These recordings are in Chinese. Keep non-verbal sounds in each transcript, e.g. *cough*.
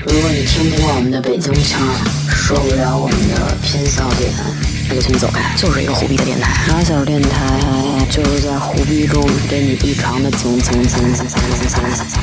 如果你听不惯我们的北京腔儿，受不了我们的偏笑点，那就请你走开。就是一个虎逼的电台，马小电台就是在虎逼中给你异常的蹭蹭蹭蹭蹭蹭蹭蹭蹭。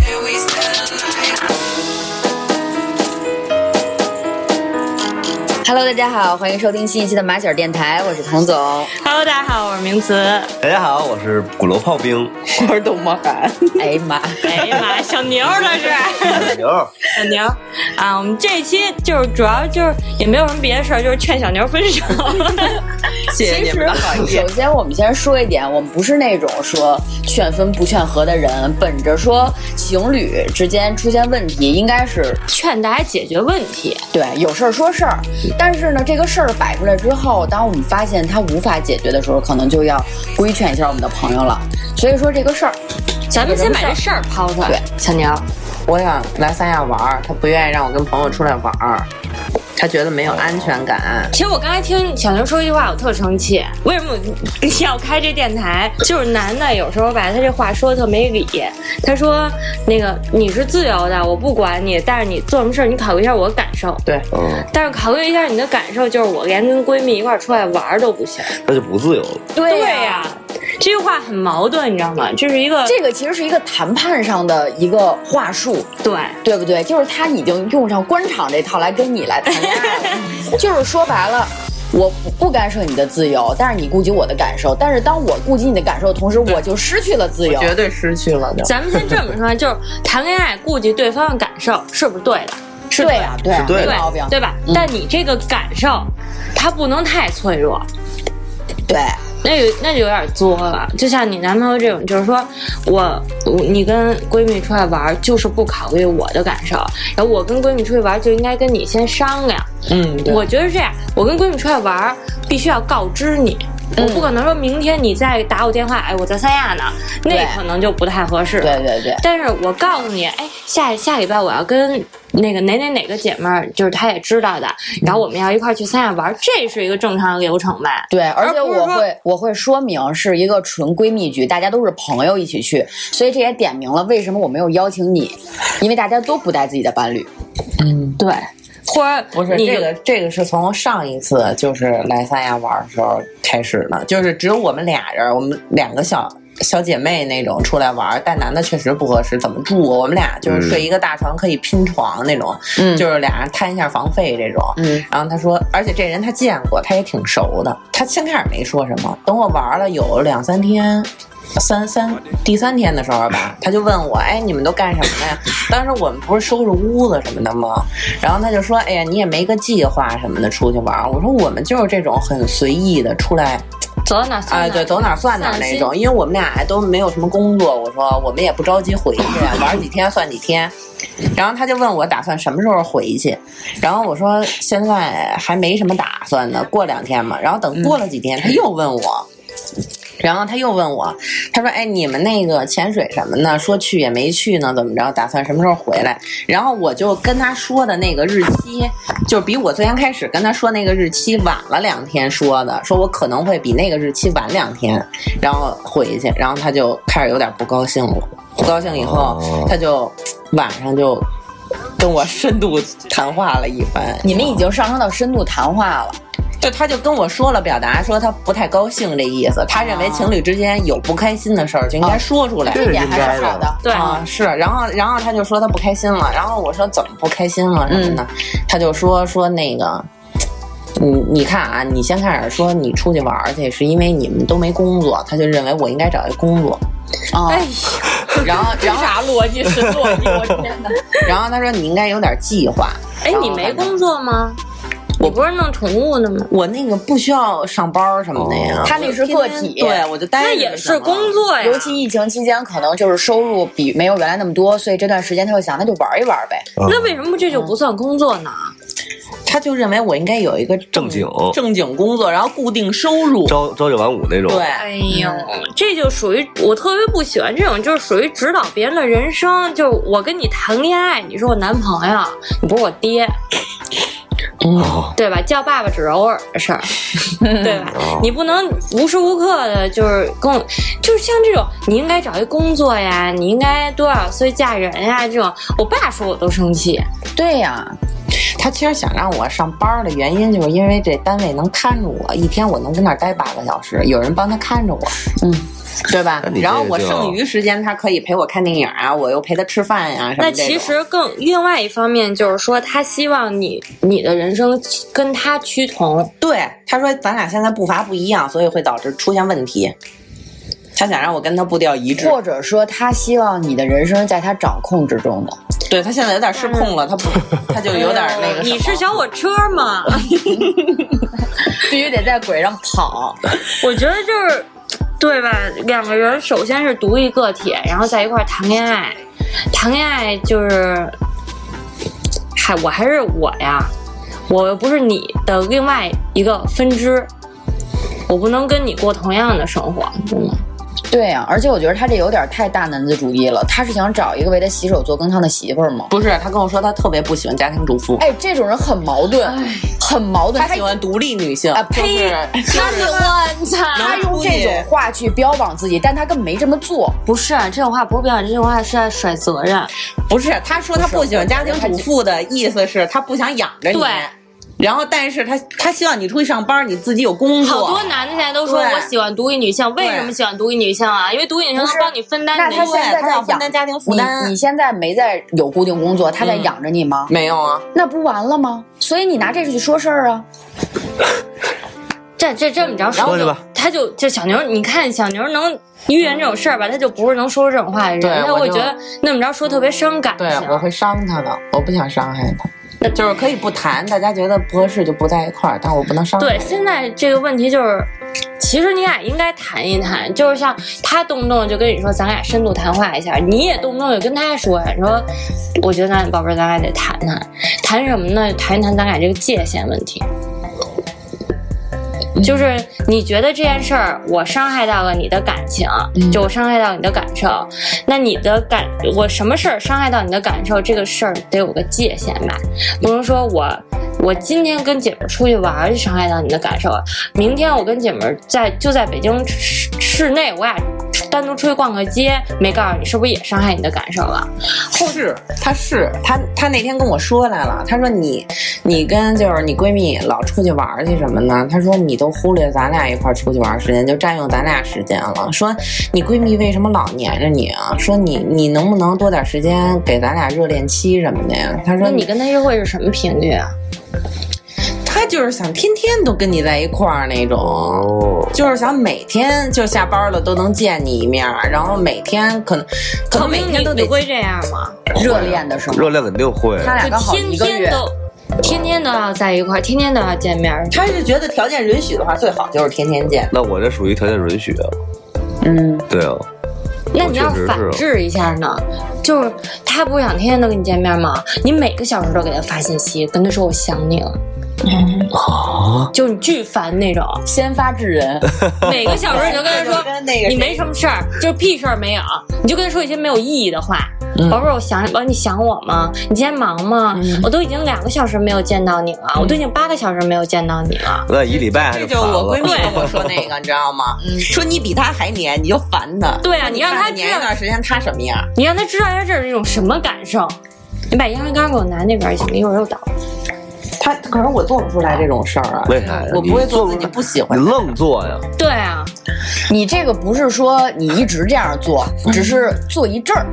Here we stand tonight. Hello，大家好，欢迎收听新一期的马小电台，我是童总。 Hello，大家好，我是哎名词。大家好，我是鼓楼炮 *laughs* 兵我是董博涵，哎呀妈，哎呀妈，小牛这是牛，小牛啊！我们这一期就是主要就是也没有什么别的事儿，就是劝小牛分手。谢谢你们的好意。首先，我们先说一点，我们不是那种说劝分不劝和的人，本着说情侣之间出现问题，应该是劝大家解决问题，对有事儿说事儿。嗯但是呢，这个事儿摆出来之后，当我们发现它无法解决的时候，可能就要规劝一下我们的朋友了。所以说这个事儿，咱们先把这事儿抛出来。小牛，我想来三亚玩儿，他不愿意让我跟朋友出来玩儿，他觉得没有安全感。其实我刚才听小牛说一句话，我特生气。为什么我 *laughs* 要开这电台？就是男的有时候吧，他这话说的特没理。他说：“那个你是自由的，我不管你，但是你做什么事儿，你考虑一下我的感受。对，嗯，但是考虑一下你的感受，就是我连跟闺蜜一块儿出来玩儿都不行。那就不自由了。对呀、呀、这句话很矛盾，你知道吗？这是一个这个其实是一个谈判上的一个话术，对。”对不对？就是他已经用上官场这套来跟你来谈恋爱 *laughs* 了，就是说白了。我不不干涉你的自由，但是你顾及我的感受。但是当我顾及你的感受的同时，我就失去了自由。绝对失去了就。咱们先这么说，就是谈恋爱顾及对方的感受是不是对的？是对的呀、对呀、是对没的毛病。对吧？嗯但你这个感受，它不能太脆弱，对，那有那就有点作了。就像你男朋友这种，就是说我我你跟闺蜜出来玩，就是不考虑我的感受，然后我跟闺蜜出去玩就应该跟你先商量。啊嗯，对我觉得是这样，我跟闺蜜出来玩，必须要告知你。嗯我不可能说明天你再打我电话，哎，我在三亚呢，那对可能就不太合适。对啊对对，但是我告诉你，哎，下下礼拜我要跟那个哪哪哪个姐妹儿，就是她也知道的，然后我们要一块儿去三亚玩，这是一个正常的流程吧？对，而且不是我说会我会说明是一个纯闺蜜局，大家都是朋友一起去，所以这也点明了为什么我没有邀请你，因为大家都不带自己的伴侣。对，或者不是你这个，这个是从上一次就是来三亚玩的时候开始的，就是只有我们俩人，我们两个小小姐妹那种出来玩，带男的确实不合适，怎么住？我们俩就是睡一个大床，可以拼床那种，嗯就是俩人摊一下房费这种。嗯，然后他说，而且这人他见过，他也挺熟的。他先开始没说什么，等我玩了有两三天。三三第三天的时候吧，他就问我，哎，你们都干什么呀？当时我们不是收拾屋子什么的吗？然后他就说，哎呀，你也没个计划什么的出去玩儿。我说我们就是这种很随意的出来走到哪儿啊、算哪儿对，走哪儿算哪儿那种，因为我们俩都没有什么工作，我说我们也不着急回去，玩几天算几天。然后他就问我打算什么时候回去，然后我说现在还没什么打算呢，过两天嘛。然后嗯等过了几天，他又问我。然后他又问我，他说：“哎，你们那个潜水什么呢？说去也没去呢，怎么着？打算什么时候回来？”然后我就跟他说的那个日期，就比我最先开始跟他说那个日期晚了两天说的，说我可能会比那个日期晚两天，然后回去，然后他就开始有点不高兴了。不高兴以后，哦他就晚上就跟我深度谈话了一番。你们已经上升到深度谈话了。就他就跟我说了，表达说他不太高兴这意思，他认为情侣之间有不开心的事儿就应该说出来。这这是点应还该是好的的。对啊，是，然后然后他就说他不开心了，然后我说怎么不开心了什么的，他就说说那个，你你看啊，你先开始说你出去玩儿去，是因为你们都没工作，他就认为我应该找一工作，啊、哎呀，然后然后啥逻辑？神 *laughs* 逻辑！我天哪！然后他说你应该有点计划，哎，你没工作吗？你不是弄宠物的吗？我那个不需要上班儿什么的哦呀。他那是个体，对，我就待着那就行了也是工。作呀。尤其疫情期间，可能就是收入比没有原来那么多，所以这段时间他就想，那就玩一玩呗。嗯那为什么这就不算工作呢？他就认为我应该有一个正经正经工作，然后固定收入。朝朝九晚五那种。对，哎呦，这就属于我特别不喜欢这种，就是属于指导别人的人生。就是我跟你谈恋爱，你是我男朋友，你不是我爹，哦，对吧？叫爸爸只是偶尔的事儿，对 *laughs* 吧？哦你不能无时无刻的，就是跟我，就是像这种，你应该找一工作呀，你应该多少岁嫁人呀，这种，我爸说我都生气。对呀、他其实想让我上班儿的原因，就是因为这单位能看着我，一天我能跟那儿待八个小时，有人帮他看着我，嗯，对吧那？你这然后我就剩余时间，他可以陪我看电影啊，我又陪他吃饭呀、什么那这种其实更另外一方面就是说，他希望你你的人生跟他趋同，对他说，咱俩现在步伐不一样，所以会导致出现问题。他想让我跟他步调一致，或者说他希望你的人生在他掌控之中的。对他现在有点失控了，他不，嗯他就有点 *laughs* 那个什么。你是小火车吗？必须得在轨上跑，我觉得就是，对吧？两个人首先是独立个体，然后在一块儿谈恋爱，谈恋爱就是，嗨，我还是我呀，我又不是你的另外一个分支，我不能跟你过同样的生活，真的。对呀、而且我觉得他这有点太大男子主义了，他是想找一个为他洗手做羹汤的媳妇儿吗？不是，他跟我说他特别不喜欢家庭主妇，哎，这种人很矛盾，很矛盾。他喜欢独立女性啊，哎就呸是他喜欢他用这种话去标榜自己，但他根本没这么做。不是啊这种话，不是表演，这种话是在甩责任。不是，他说他不喜欢家庭主妇的意思是他不想养着你。对然后，但是他他希望你出去上班，你自己有工作。好多男的现在都说对我喜欢独立女性，为什么喜欢独立女性啊？因为独立女性能帮你分担那你他现在他在要分养担家庭负担你，你现在没在有固定工作，他嗯在养着你吗？没有啊？那不完了吗？所以你拿这个去说事儿啊？这这这么着说去就吧他就这小牛，你看小牛能遇见这种事儿吧，他就不是能说出这种话的对人，他我会就觉得那么着说特别伤感对，情。我会伤他的，我不想伤害他。就是可以不谈，大家觉得不合适就不在一块儿，但我不能伤害对，他。现在这个问题就是，其实你俩应该谈一谈，就是像他动不动就跟你说咱俩深度谈话一下，你也动不动就跟他说，你说我觉得咱俩宝贝儿，咱俩得谈谈，谈什么呢？谈一谈咱俩这个界限问题。就是你觉得这件事儿我伤害到了你的感情，就我伤害到你的感受，那你的感我什么事儿伤害到你的感受，这个事儿得有个界限吧，不能说我我今天跟姐们儿出去玩儿伤害到你的感受，啊明天我跟姐们儿在就在北京市市内，我俩单独出去逛个街，没告诉你是不是也伤害你的感受了？是，他是他，他那天跟我说来了，他说你，你跟就是你闺蜜老出去玩儿去什么呢？他说你都忽略咱俩一块儿出去玩儿时间，就占用咱俩时间了。说你闺蜜为什么老黏着你啊？说你你能不能多点时间给咱俩热恋期什么的呀？他说那你跟他约会是什么频率啊？他就是想天天都跟你在一块儿那种。哦，就是想每天就下班了都能见你一面儿，然后每天可能可能每明天都你得你会这样吗？热恋的时候，热恋肯定会。他俩就刚好天一个天月，都。天天都要在一块儿，天天都要见面儿，他是觉得条件允许的话，最好就是天天见。那我这属于条件允许啊。嗯，对啊，那你要确实是反制一下呢，就是他不是想天天都跟你见面吗？你每个小时都给他发信息，跟他说我想你了，啊，就你巨烦那种，先发制人， *laughs* 每个小时你就跟他说 *laughs* 那个你没什么事儿，就是屁事儿没有，你就跟他说一些没有意义的话。宝贝儿，我想你，宝贝儿你想我吗？你今天忙吗？我都已经两个小时没有见到你了，我都已经八个小时没有见到你了。那一礼拜还这是就烦是我闺蜜了。跟我说那个，你知道吗？说你比她还黏，你就烦她。对啊你你让她看黏知道一段时间，她什么样？你让他知道一下这是一种什么感受。你把烟灰缸给我拿那边行吗？一会儿又倒了。她可是我做不出来这种事儿啊为啥呀？我不会做自你己不喜欢你的。愣做呀？对啊，你这个不是说你一直这样做，只是做一阵儿，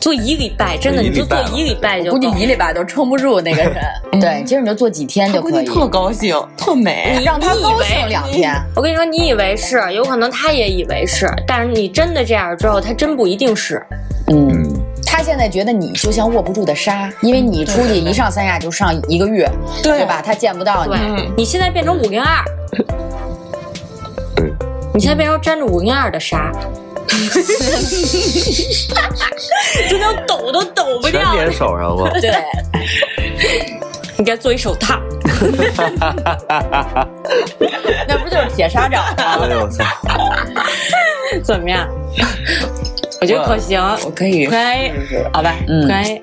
做一礼拜，真的，一你礼就拜做了一礼拜嗯就估够计了。嗯一礼拜都撑不住那个人。对，其实你就做几天就她估可计以，特高兴，特美。让他你以高为兴两天。我跟你说，你以为是，有可能他也以为是，但是你真的这样之后，他真不一定是。嗯，他他现在觉得你就像握不住的沙，因为你出去一上三亚就上一个月，对吧？他见不到你对，，你现在变成五零二，对，你现在变成粘着五零二的 *laughs* 沙，就能抖都抖不全掉。点手上吧。*laughs* *laughs* 对，你该做一手套，那不就是铁砂掌吗？哎呦我 *laughs* 操！怎么样？我觉得可行，我可以可以，好吧，嗯可以。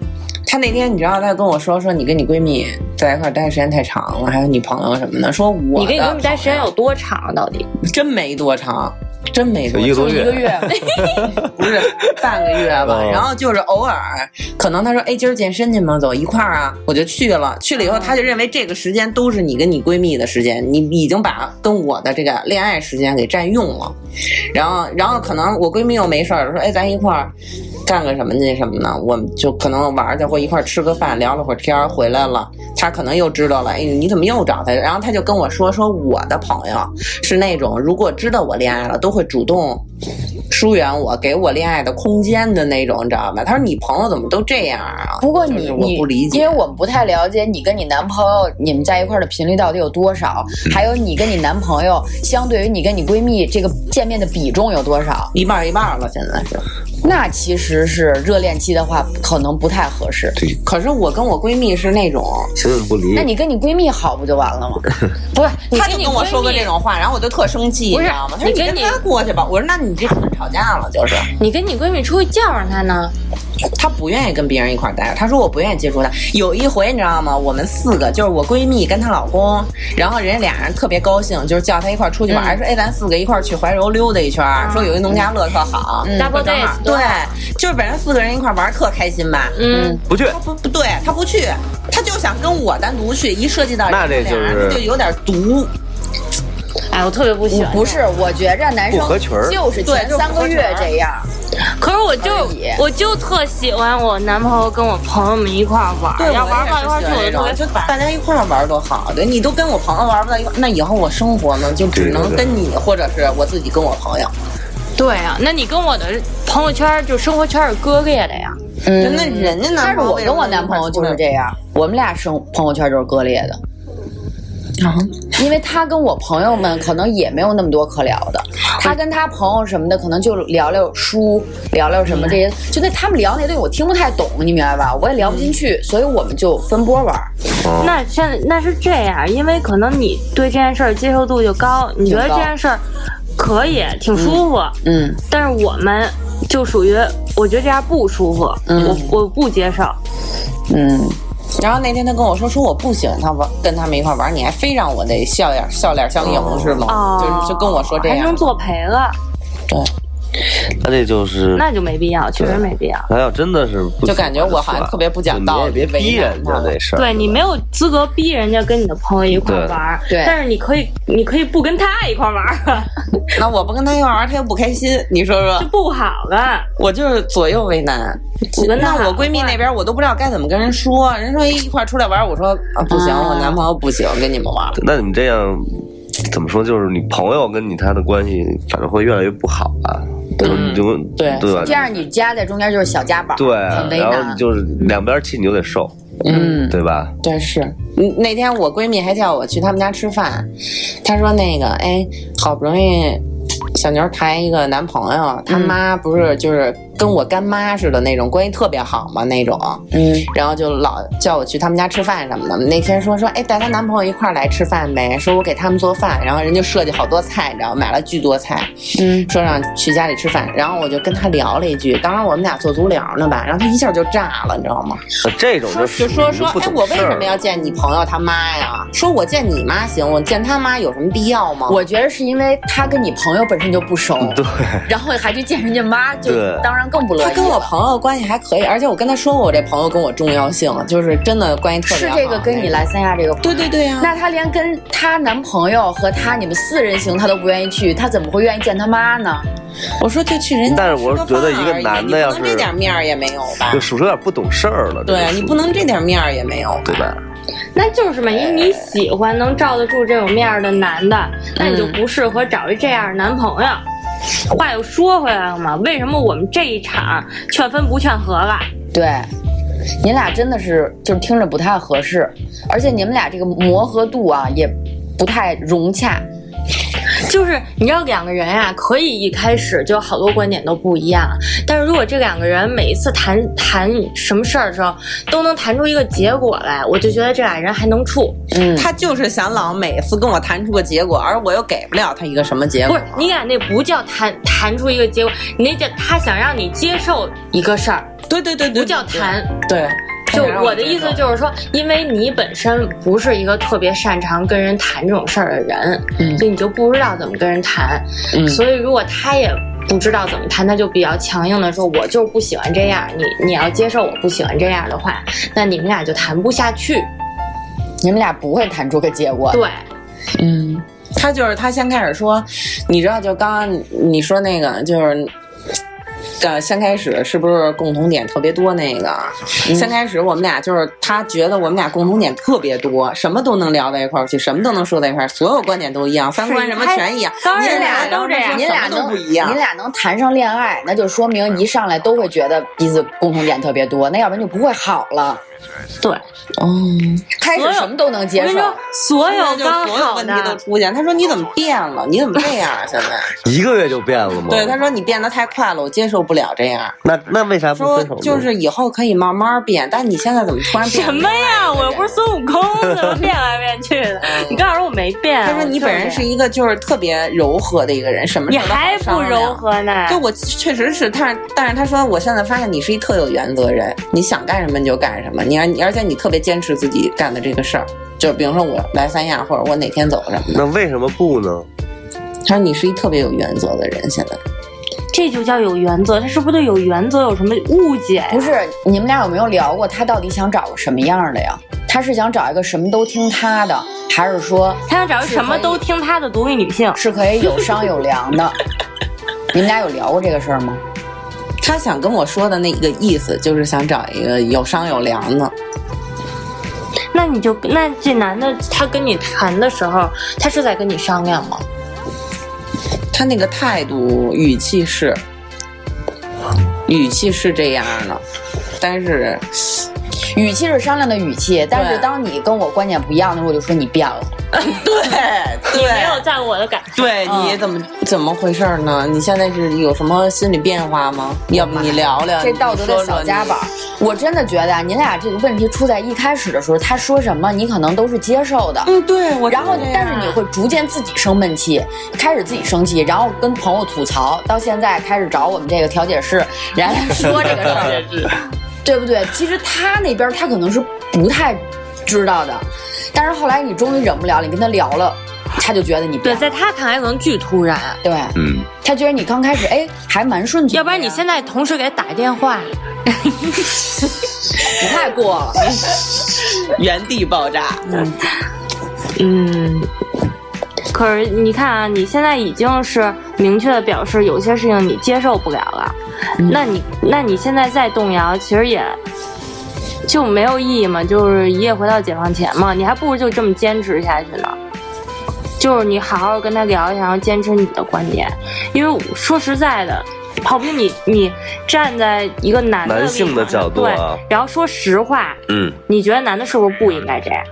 她那天你知道，她跟我说说你跟你闺蜜在一块儿待时间太长了，还有你朋友什么的，说我你跟你的闺蜜待时间有多长？啊到底？真没多长，真没多有一个长，多一 *laughs* 个月，月，不是半个月吧。嗯然后就是偶尔，可能她说哎今儿健身去吗？走一块儿啊，我就去了。去了以后，她就认为这个时间都是你跟你闺蜜的时间，你已经把跟我的这个恋爱时间给占用了。然后，然后可能我闺蜜又没事儿，说哎咱一块儿。干个什么去什么呢？我们就可能玩儿去，或一块儿吃个饭，聊了会儿天儿，回来了，他可能又知道了，哎，你怎么又找他？然后他就跟我说，说我的朋友是那种如果知道我恋爱了，都会主动疏远我，给我恋爱的空间的那种，你知道吧？他说你朋友怎么都这样啊？不过你、就是你我不理解，因为我们不太了解你跟你男朋友你们在一块儿的频率到底有多少，嗯还有你跟你男朋友相对于你跟你闺蜜这个见面的比重有多少。一半儿一半儿了，现在是。那其实是热恋期的话，可能不太合适。可是我跟我闺蜜是那种，形影不离那。你跟你闺蜜好不就完了吗？不是，你她跟就你跟我说过闺蜜这，种话，然后我就特生气，你不知是道吗？她说你跟跟你她过去吧，我说那你这是吵架了，就是。你跟你闺蜜出去叫上她呢，她不愿意跟别人一块儿待，她说我不愿意接触她。有一回你知道吗？我们四个就是我闺蜜跟她老公，然后人家俩人特别高兴，就是叫她一块儿出去玩，嗯说哎咱四个一块儿去怀柔溜达一圈啊儿，说有一农家乐特好，嗯 Double 正好 dates，对，就是本身四个人一块儿玩儿特开心吧。嗯，不去，她不不对，她不去，她就想跟我单独去，一涉及到那这人家俩人就是她就有点毒，哎，我特别不喜欢。不是，我觉着男生不合群儿就是前三个月这样。可是我就而已我就特喜欢我男朋友跟我朋友们一块儿玩儿，对，要我玩儿也到是一块儿去，喜欢我这就特别种就烦。大家一块儿玩儿多好，啊对你都跟我朋友玩儿不到一块儿，那以后我生活呢就只能对对对跟你或者是我自己跟我朋友。对啊，那你跟我的朋友圈儿就生活圈儿是割裂的呀。真的，人家但男是朋友我为什跟么嗯我男朋友就是这样，我们俩生朋友圈就是割裂的。啊因为他跟我朋友们可能也没有那么多可聊的，他跟他朋友什么的可能就聊聊书，聊聊什么这些，就那他们聊那东西我听不太懂，你明白吧？我也聊不进去，所以我们就分波玩儿。那现在那是这样，因为可能你对这件事儿接受度就高，你觉得挺这高件事儿可以挺舒服，嗯，但是我们就属于我觉得这样不舒服，我我不接受。嗯，然后那天他跟我说，说我不喜欢他玩，跟他们一块玩，你还非让我得笑脸笑脸相哦迎是吗？就是就跟我说这还样成，作陪了，那这就是，那就没必要，确实没必要。哎呀，真的是不就感觉我好像特别不讲道理你也别逼人家那事儿。对你没有资格逼人家跟你的朋友一块儿玩儿，对对但是你可以，你可以不跟他一块儿玩儿啊，那我不跟他一块玩，他又不开心，你说说这。不好啊了。我就是左右为难。我跟他那俩我闺蜜那边，我都不知道该怎么跟人说。人说哎一块儿出来玩，我说啊不行，我男朋友不行，跟你们玩。那你们这样怎么说？就是你朋友跟你他的关系，反正会越来越不好吧？就是你就嗯对对吧？这样你夹在中间就是小夹板儿，对，啊很为然后难你。就是两边气你就得受，嗯，对吧？对是。嗯那天我闺蜜还叫我去他们家吃饭，她说那个哎，好不容易小牛谈一个男朋友，他妈不是就是跟我干妈似的那种，关系特别好嘛那种。嗯，然后就老叫我去他们家吃饭什么的。那天说说，哎，带她男朋友一块儿来吃饭呗，说我给他们做饭，然后人家设计好多菜，你知道，买了巨多菜，嗯，说让去家里吃饭，然后我就跟她聊了一句，当时我们俩做足疗呢吧，然后她一下就炸了，你知道吗？那这种说是就说说，不哎，懂我为事儿什么要见你朋友他妈呀？说我见你妈行，我见他妈有什么必要吗？我觉得是因为他跟你朋友本身就不熟，对 *laughs* 然后还去见人家妈，就对当然更不乐意了。他跟我朋友关系还可以，而且我跟他说过，我这朋友跟我重要性，就是真的关系特是别好。这个跟你来三亚这个，对对对嗯啊呀、那她连跟她男朋友和她你们四人行她都不愿意去，她怎么会愿意见她妈呢？我说就去人家，但是我觉得一个男的要你不能这是点面儿也没有吧就？属实有点不懂事儿了。这对就你属不能这点面儿也没有吧，对吧？那就是嘛，因为你喜欢能罩得住这种面儿的男的，那你就不适合找一这样的男朋友。话又说回来了嘛，为什么我们这一场劝分不劝和了？对，你俩真的是就是听着不太合适，而且你们俩这个磨合度啊也不太融洽。就是你知道两个人啊，可以一开始就好多观点都不一样，但是如果这两个人每一次谈谈什么事儿的时候，都能谈出一个结果来，我就觉得这俩人还能处。嗯，他就是想老每次跟我谈出个结果，而我又给不了他一个什么结不果是。你俩那不叫谈谈出一个结果，你那叫他想让你接受一个事儿，对对对对，不叫谈。对。就我的意思就是说，因为你本身不是一个特别擅长跟人谈这种事儿的人，嗯所以你就不知道怎么跟人谈。嗯所以如果他也不知道怎么谈，他就比较强硬的说：“我就是不喜欢这样，你你要接受我不喜欢这样的话，那你们俩就谈不下去。你们俩不会谈出个结”果。对，嗯，他就是他先开始说，你知道，就刚刚你说那个就是。呃，先开始是不是共同点特别多？那个，先开始我们俩就是他觉得我们俩共同点特别多，什么都能聊到一块儿去，什么都能说到一块儿，所有观点都一样，三观什么全一样。当你然哎俩都这样你你俩俩都能不一样你。俩能谈上恋爱，那就说明一上来都会觉得彼此共同点特别多，那要不然就不会好了。对，哦，开所始有什么都能我接跟你受，说，所有就刚所有好问题都的，出现。他说你怎么变了？你怎么这样啊？现 *laughs* 在？一个月就变了吗？对，他说你变得太快了，我接受不了这样。那那为啥不说分手呢？就是以后可以慢慢变，但你现在怎么突然变什了？么呀？我又不是孙悟空，怎么变来变去的？嗯你告诉我我没变。他说你本人是一个哎就是特别柔和的一个人，什么你事儿都好还不商量柔。和呢？对，我确实是，但是但是他说，我现在发现你是一特有原则人，你想干什么你就干什么，你而你而且你特别坚持自己干的这个事儿，就比如说我来三亚或者我哪天走什么的。那为什么不呢？他说你是一特别有原则的人，现在这就叫有原则，他是不是对有原则有什么误解？不是，你们俩有没有聊过他到底想找个什么样的呀？他是想找一个什么都听他的，还是说他想找一什么都听他的独立女性，是可以有商有量的？ *laughs* 你们俩有聊过这个事儿吗？他想跟我说的那个意思就是想找一个有商有量的。那你就那这男的他跟你谈的时候，他是在跟你商量吗？他那个态度、语气是，语气是这样的，但是语气是商量的语气，但是对当你跟我观点不一样的时候，我就说你变了。对你没对有在我的感，对，嗯你怎么怎么回事呢？你现在是有什么心理变化吗？要不你聊聊这道德的小家宝。，我真的觉得啊，你俩这个问题出在一开始的时候，他说什么你可能都是接受的，你说说你嗯，对，我然后啊就是这样但是你会逐渐自己生闷气，开始自己生气，然后跟朋友吐槽，到现在开始找我们这个调解室，然后说这个事儿，对不对？其实他那边他可能是不太知道的，但是后来你终于忍不了，了，你跟他聊了，他就觉得你对，变了在他看来可能巨突然，对，嗯，他觉得你刚开始哎还蛮顺从的呀，要不然你现在同时给打一电话，不太过 *laughs* 了。原地爆炸，嗯。可是你看啊，你现在已经是明确的表示有些事情你接受不了了，那你那你现在再动摇，其实也就没有意义嘛，就是一夜回到解放前嘛，你还不如就这么坚持下去呢。就是你好好跟他聊一下，然后坚持你的观点，因为说实在的，好比你你站在一个男的男性的立场角度啊对，然后说实话，嗯，你觉得男的是不是不应该这样？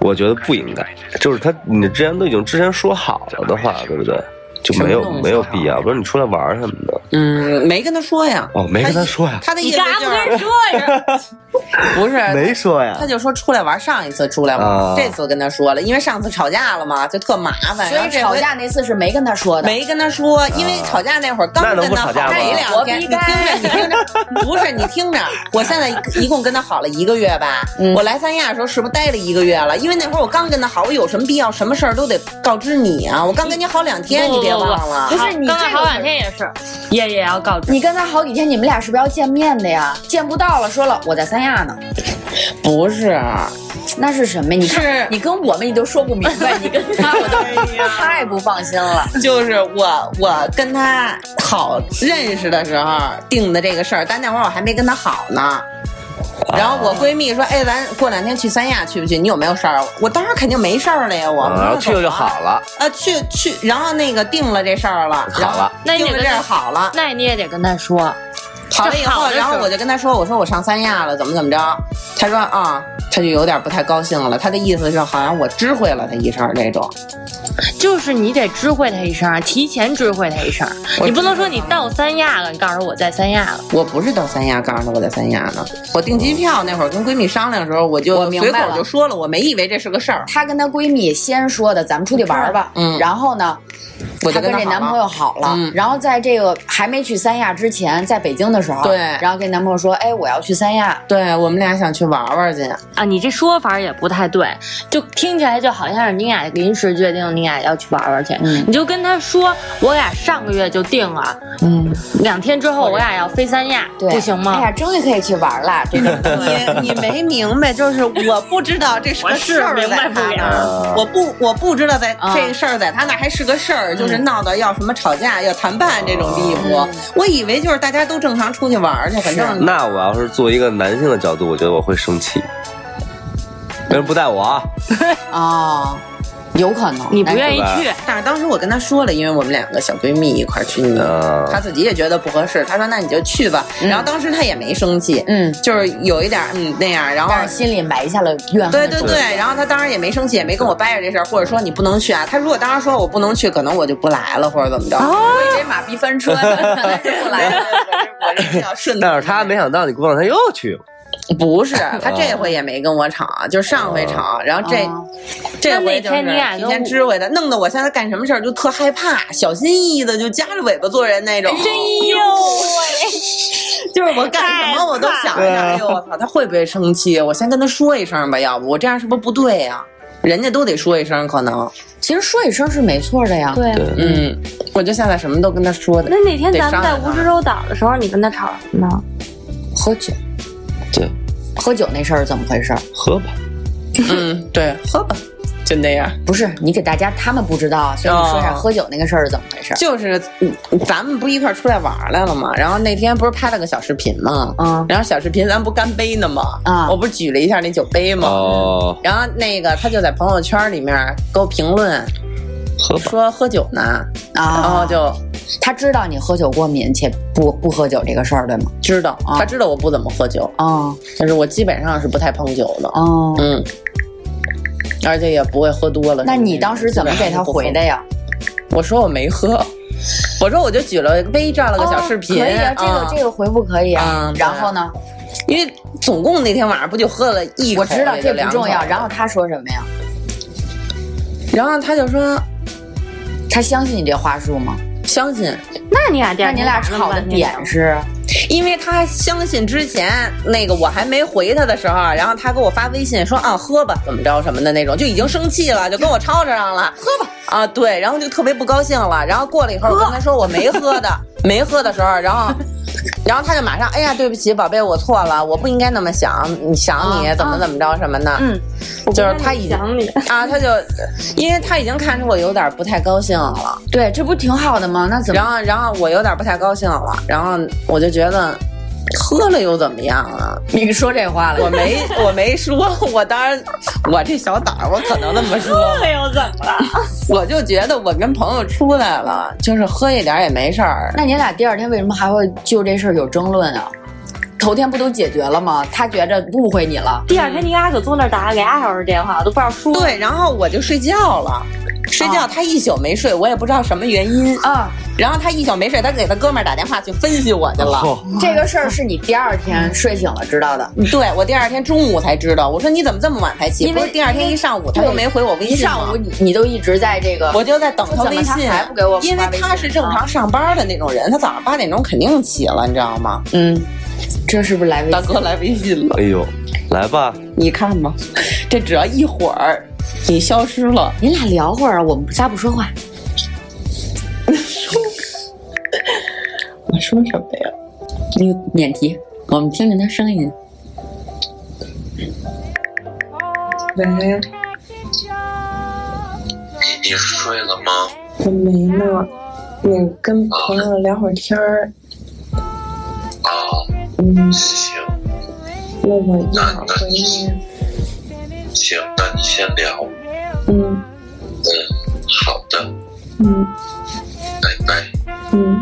我觉得不应该，就是他，你之前都已经之前说好了的话，对不对？就没什么有东西没有必要，不是你出来玩儿什么的。嗯，没跟他说呀，哦，没跟他说呀，他的你意思干啥就不跟是人说呀？ *laughs* 不是没说呀他。就说出来玩，上一次出来玩，啊这次跟他说了，因为上次吵架了嘛，就特麻烦。所然后以这吵回架那次是没跟他说的，没跟他说，因为吵架那会儿刚啊那能跟不他好吵架吗没两哎天，活逼你听着，该你听着，不是你听着，我现在一共跟他好了一个月吧，嗯我来三亚的时候是不是待了一个月了？因为那会儿我刚跟他好，我有什么必要，什么事儿都得告知你啊，我刚跟你好两天，不你别不不忘了不。是你刚才这个好是两天也是，也也要告知。你跟他好几天，你们俩是不是要见面的呀？见不到了，说了我在三亚呢，不是，那是什么呀？你看是 *laughs* 你跟我们你都说不明白，你跟他 *laughs* 我哎都太不放心了。就是我我跟他好认识的时候定的这个事儿，但那会儿我还没跟他好啊呢。然后我闺蜜说：“哎，咱过两天去三亚去不去？你有没有事儿？”我当时肯定没事儿了呀，我啊，然后去了就好了，啊，去去，然后那个定了这事儿了，好了然后定了这事儿好了，那你也得跟他说，好了以好后，的时然后候我就跟他说，我说我上三亚了，怎么怎么着？他说啊，他就有点不太高兴了，他的意思是好像我知会了他一声这种。就是你得知会他一声儿，提前知会他一声儿。我你不能说你到三亚了，你告诉我在三亚了。我不是到三亚，告诉他我在三亚呢。我订机票那会儿跟闺蜜商量的时候，我就我明随白了口就说了，我没以为这是个事儿，她跟她闺蜜先说的，咱们出去玩儿吧。嗯然后呢，我她就跟跟这她男朋友好了。嗯然后在这个还没去三亚之前，在北京的时候，对然后跟男朋友说，哎，我要去三亚。对我们俩想去玩玩去。啊，你这说法也不太对，就听起来就好像是你俩临时决定你俩要去玩玩去，嗯你就跟他说我俩上个月就定了，嗯，两天之后我俩要飞三亚，对，不行哎吗？呀，终于可以去玩了，这个 *laughs* 你你没明白，就是我不知道这是我个是事儿明白在不他了那啊儿，我不我不知道在嗯啊这个事儿在他那儿还是个事儿，就是闹到要什么吵架要谈判这种地哦步，我以为就是大家都正常出去玩儿去，反正那我要是做一个男性的角度，我觉得我会生气。别人不带我啊，哦，有可能你不愿意哎去，但是当时我跟她说了，因为我们两个小闺蜜一块儿去，嗯她自己也觉得不合适，她说那你就去吧。然后当时她也没生气，嗯就是有一点儿嗯那样，然后但是嗯心里埋下了怨恨。对对对，然后她当时也没生气，也没跟我掰扯这事儿，或者说你不能去啊。她如果当时说我不能去，可能我就不来了，或者怎么着。我以为马屁翻车 *laughs* 呢，可能是不我来来了了。我这我这比较顺道但是他没想到你姑娘她又去了，不是，她这回也没跟我吵，就是上回吵，然后这哦这回就是那那天你俩提跟前知会的，弄得我现在干什么事儿就特害怕，小心翼翼的就夹着尾巴做人那种。哎 *laughs* 就是我干什么我都想一下，哎呦我操，他会不会生气？我先跟他说一声吧，要不我这样是不是不对呀、人家都得说一声，可能，其实说一声是没错的呀。对。对嗯，我就现在什么都跟他说 *laughs* 的那。那天咱们在得商量蜈支洲岛的时候，你跟他吵什么呢？喝酒，对，喝酒那事儿是怎么回事儿？喝吧，嗯，对，喝吧，就那样。不是你给大家他们不知道，啊所以你说一下哦喝酒那个事儿是怎么回事儿？就是嗯咱们不一块儿出来玩儿来了吗？然后那天不是拍了个小视频吗？嗯然后小视频咱们不干杯呢吗？啊我不是举了一下那酒杯吗？哦，然后那个他就在朋友圈里面给我评论喝吧，说喝酒呢，然后啊，就他知道你喝酒过敏且不不喝酒这个事儿，对吗？知道、啊他知道我不怎么喝酒，哦但是我基本上是不太碰酒的，哦，嗯，而且也不会喝多了。那你当时怎么给他回的呀？呀？我说我没喝，我说我就举了个杯，照了个小视频，哦可以啊，这啊个这个回复可以啊嗯。对然后呢？因为总共那天晚上不就喝了一口，我知道也就这两不口重要。然后他说什么呀？然后他就说他相信你这话术吗？相信，那你俩第那二你天俩打那么吵的半天点是？因为他相信之前那个我还没回他的时候，然后他给我发微信说啊喝吧怎么着什么的那种，就已经生气了，就跟我吵吵上了，喝吧啊对，然后就特别不高兴了。然后过了一会儿，我跟他说我没喝的，没喝的时候，然后。 *laughs* 然后他就马上，哎呀，对不起，宝贝，我错了，我不应该那么想，你想啊你怎么怎么着什么的，嗯，就是他已经想你，啊，他就，因为他已经看出我有点不太高兴了，对，这不挺好的吗？那怎然么？后然后我有点不太高兴了，然后我就觉得喝了又怎么样啊？你说这话了我没 *laughs* 我没说，我当然我这小胆儿，我可能那么说，哎这又怎么了？我就觉得我跟朋友出来了，就是喝一点儿也没事儿。那你俩第二天为什么还会就这事儿有争论啊？头天不都解决了吗？他觉着误会你了，第二天你俩可坐那儿打了俩小时电话，我都不知道说。对，然后我就睡觉了。睡觉，他一宿没睡，我也不知道什么原因啊。然后他一宿没睡，他给他哥们儿打电话去分析我去了。哦这个事儿是你第二天睡醒了知道的。对我第二天中午才知道，我说你怎么这么晚才起？因为不是第二天一上午他都对没回我微一信吗上午你你都一直在这个，我就在等他微说怎么信，他还不给我发微信啊因为他是正常上班的那种人，他早上八点钟肯定起了，你知道吗？嗯，这是不是来微大信？哥来微信了，哎呦，来吧，你看吧，这只要一会儿你消失了，你俩聊会儿，我们仨不说话。我说什么呀？那个免提，我们听听他声音。喂，你睡了吗？我没呢，那跟朋友聊会儿天儿，啊，嗯，行那我一会儿回你，行，那你先聊。嗯嗯，好的，嗯拜拜。嗯。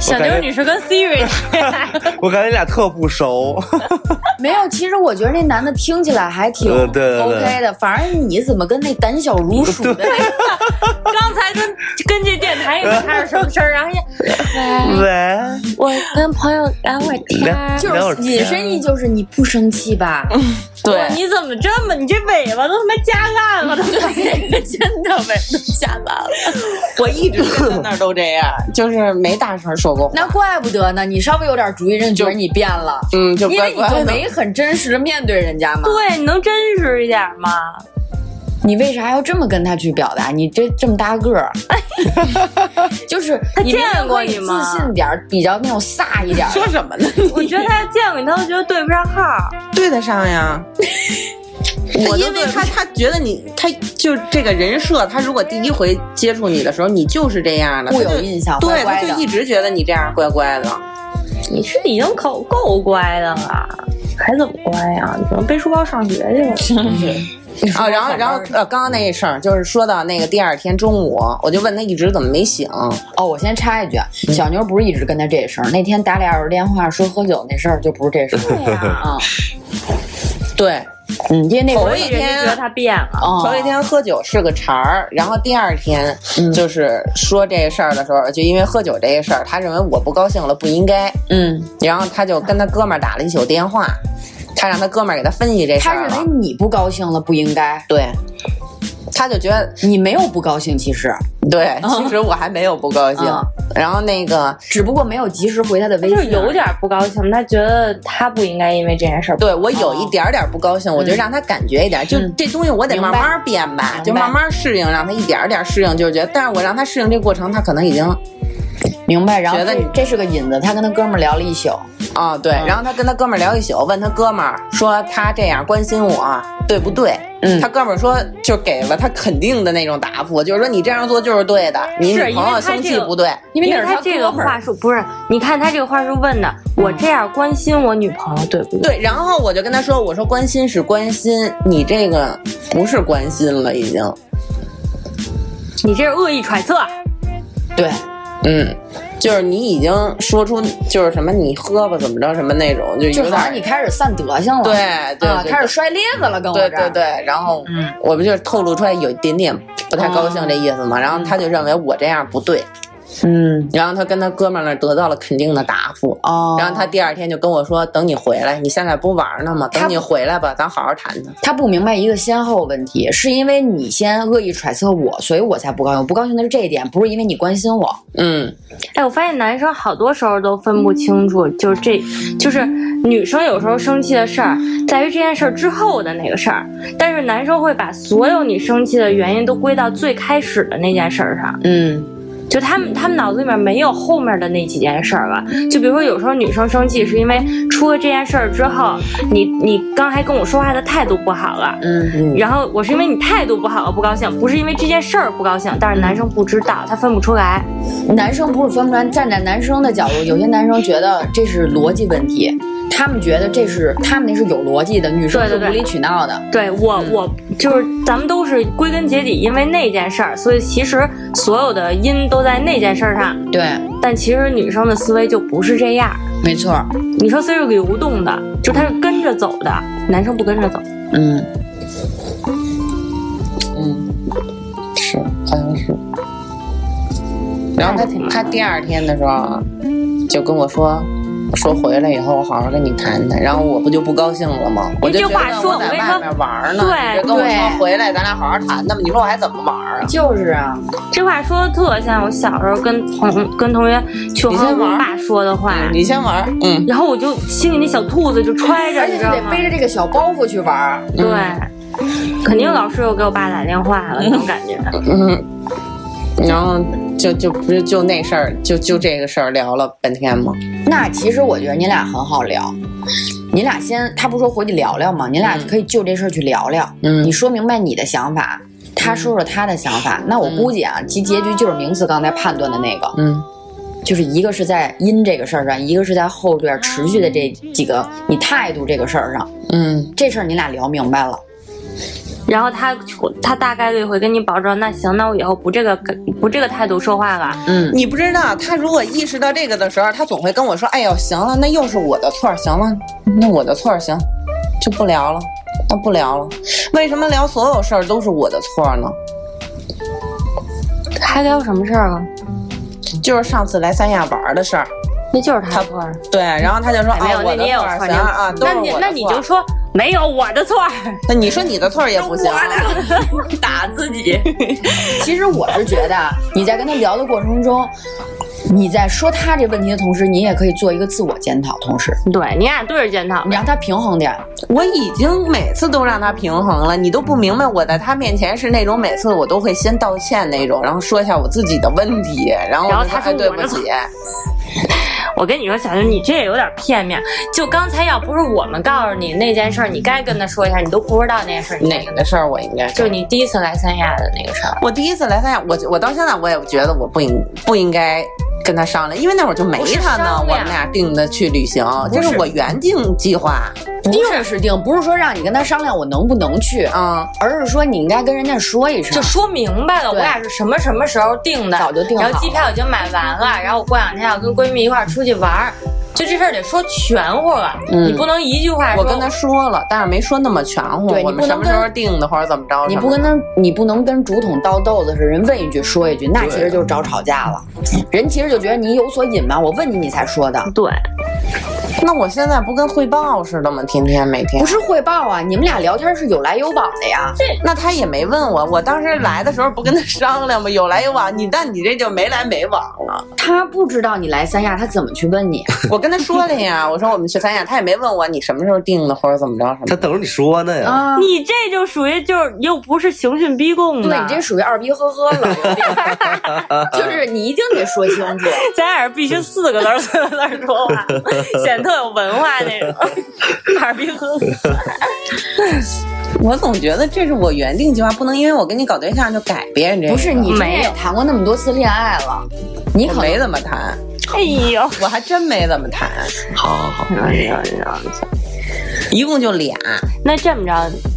小妞，你是跟 Siri 我感觉你俩特不熟。没有，其实我觉得那男的听起来还挺嗯对对对 OK 的，反而你怎么跟那胆小如鼠的那个刚才跟跟这电台也没发生什么事儿，然后喂， *laughs* 我跟朋友聊会儿天儿啊聊。就是隐身意，就是你不生气吧？哇你怎么这么？你这尾巴都他妈加烂了，都 *laughs* 真的呗，吓烂了。我一直在那儿都这样， *laughs* 就是没大声说过话。那怪不得呢，你稍微有点主意，人觉得你变了，嗯，就因乖为你乖就的没很真实的面对人家嘛。对，你能真实一点 *laughs* 吗？你为啥要这么跟他去表达？你这这么大个儿，就是他你明明见过可以你吗自信点儿，比较那种飒一点儿。说什么呢？我觉得他见过你，他都觉得对不上号。对得上呀。我都因为他他觉得你，他就这个人设，他如果第一回接触你的时候，你就是这样的，固他就有印象对，乖他乖的就一直觉得你这样乖乖的。你是已经够够乖的了，啊还怎么乖呀、你怎么背书包上学去了？啊，然后然后呃，刚刚那一事儿就是说到那个第二天中午，我就问他一直怎么没醒，哦，我先插一句，小妞不是一直跟他这事儿，那天打俩小时电话说喝酒那事儿就不是这事儿。对呀、啊，对，嗯，因为那会头儿一人家觉得天。他变了。哦头一天喝酒是个茬儿，然后第二天嗯就是说这事儿的时候，就因为喝酒这事儿，他认为我不高兴了不应该，嗯，然后他就跟他哥们儿打了一宿电话，他让他哥们儿给他分析这事他儿认了。为你不高兴了不应该，对，他就觉得你没有不高兴，其实对，哦其实我还没有不高兴。嗯然后那个，只不过没有及时回他的他微信就而已，有点不高兴，他觉得他不应该因为这件事儿。对我有一点儿点儿不高兴，我就让他感觉一点儿，就哦嗯这东西我得明白慢慢变吧，明就白慢慢适应，让他一点儿点儿适应，就是觉得，但是我让他适应这过程，他可能已经明白。然后觉得这你这是个引子，他跟他哥们儿聊了一宿，啊、对。嗯然后他跟他哥们儿聊一宿，问他哥们儿说他这样关心我对不对？嗯他哥们儿说就给了他肯定的那种答复，就是说你这样做就是对的，你是女因为朋友他生这气个不对。因为那是他这个哥们儿。话术不是，你看他这个话术问的，我这样关心我女朋友对不对？对，然后我就跟他说：“我说关心是关心，你这个不是关心了，已经。你这是恶意揣测，对，嗯，就是你已经说出就是什么你喝吧，怎么着什么那种，就就有好像点你开始散德行了，对对啊，对开始摔咧子了，跟我对这对儿。对。然后嗯我不就是透露出来有一点点不太高兴这意思嘛？然后他就认为我这样不对，嗯，然后他跟他哥们儿那儿得到了肯定的答复。哦，然后他第二天就跟我说：“等你回来，你现在不玩呢吗？他等你回来吧，咱好好谈谈。他不明白一个先后问题，是因为你先恶意揣测我，所以我才不高兴。我不高兴的是这一点，不是因为你关心我。”嗯，哎，我发现男生好多时候都分不清楚，就是这，就是女生有时候生气的事儿，在于这件事儿之后的那个事儿，但是男生会把所有你生气的原因都归到最开始的那件事儿上，嗯，就他们他们脑子里面没有后面的那几件事儿了。就比如说，有时候女生生气是因为出了这件事儿之后，你你刚才跟我说话的态度不好了，嗯，然后我是因为你态度不好不高兴，不是因为这件事儿不高兴，但是男生不知道，他分不出来。男生不是分不出来，站在男生的角度，有些男生觉得这是逻辑问题，他们觉得这是他们那是有逻辑的，女生对是对无对理取闹的。对我，我就是咱们都是归根结底因为那件事儿，所以其实所有的因都在那件事儿上。对但其实女生的思维就不是这样。没错。你说虽是流动的，就她是跟着走的，男生不跟着走。嗯，是，好像是。然后他他第二天的时候啊就跟我说，说回来以后我好好跟你谈谈。然后我不就不高兴了吗？我就觉得话说我在我跟你外说面玩呢，对你就跟我对说回来咱俩好好谈谈吧。你说我还怎么玩啊？就是啊，这话说的特像我小时候跟同跟同学去你我和先我玩儿爸说的话，嗯你先玩，嗯，然后我就心里那小兔子就揣着，而你且知就道得吗？背着这个小包袱去玩儿。对，肯定老师又给我爸打电话了，那种感觉。然后就就不是就那事儿，就就这个事儿聊了半天吗？那其实我觉得你俩很好聊，你俩先，他不是说回去聊聊吗？你俩嗯可以就这事儿去聊聊。嗯你说明白你的想法，他说说他的想嗯法。那我估计啊，其结局就是名词刚才判断的那个，嗯，就是一个是在因这个事儿上，一个是在后边持续的这几个你态度这个事儿上。嗯这事儿你俩聊明白了，然后他他大概率会跟你保证，那行，那我以后不这个不这个态度说话了。嗯，你不知道，他如果意识到这个的时候，他总会跟我说：“哎呦，行了，那又是我的错儿，行了，那我的错儿，行，就不聊了，那不聊了。为什么聊所有事儿都是我的错儿呢？还聊什么事儿啊？就是上次来三亚玩儿的事儿，那就是他错儿。对。然后他就说：哎没有，那啊，我的你也有错错儿，儿。行啊，都那是你我那的你错就儿。说没有我的错儿。 *laughs* 那你说你的错儿也不行啊，打自 *laughs* 己。其实我是觉得啊，你在跟他聊的过程中，你在说他这问题的同时，你也可以做一个自我检讨，同时对你俩对着检讨你，让他平衡点儿。我已经每次都让他平衡了，你都不明白我在他面前是那种每次我都会先道歉那种，然后说一下我自己的问题，然后我然后就他哎说对我不的起，我跟你说，小军，你这也有点片面。就刚才要不是我们告诉你那件事儿，你该跟他说一下，你都不知道那件事儿。你该哪跟个事儿我应该就你第一次来三亚的那个事儿，我第一次来三亚，我我到现在我也觉得我不应不应该跟他商量，因为那会儿就没不是他呢，商我量们俩定的去旅行，这是我原定计划定是定，不是说让你跟他商量我能不能去，啊、而是说你应该跟人家说一声。就说明白了，我对俩是什么什么时候定的，早就定好了然后机票已经买完了，然后我过两天要跟闺蜜一块儿出去玩儿，就这事儿得说全乎了，嗯你不能一句话说我跟他说了，但是没说那么全乎，对我你们不什能么时候跟定的或者怎么着，你不跟他，你不能跟竹筒倒豆子似的，人问一句说一句，那对其实就是找吵架了。人其实就觉得你有所隐瞒，我问你你才说的，对，那我现在不跟汇报似的吗？天天每天不。是汇报啊！你们俩聊天是有来有往的呀。那他也没问我，我当时来的时候不跟他商量吗？有来有往，你但你这就没来没往了。他不知道你来三亚，他怎么去问你？ *laughs* 我跟他说了呀，我说我们去三亚，他也没问我你什么时候定的或者怎么着什么他的。等着你说呢呀。啊，你这就属于就是又不是刑讯逼供的，对你这属于二逼呵呵了，有 *laughs* 点就是你一定得说清楚。咱俩是必须四个字儿四个字儿说话，显得特有文化那种，哈逼呵呵。我总觉得这是我原定计划，不能因为我跟你搞对象就改变这个。不是你之前没也有谈过那么多次恋爱了，你我可没能怎么谈，哎呦，我还真没怎么谈，好好好，嗯一共就俩。那这么着，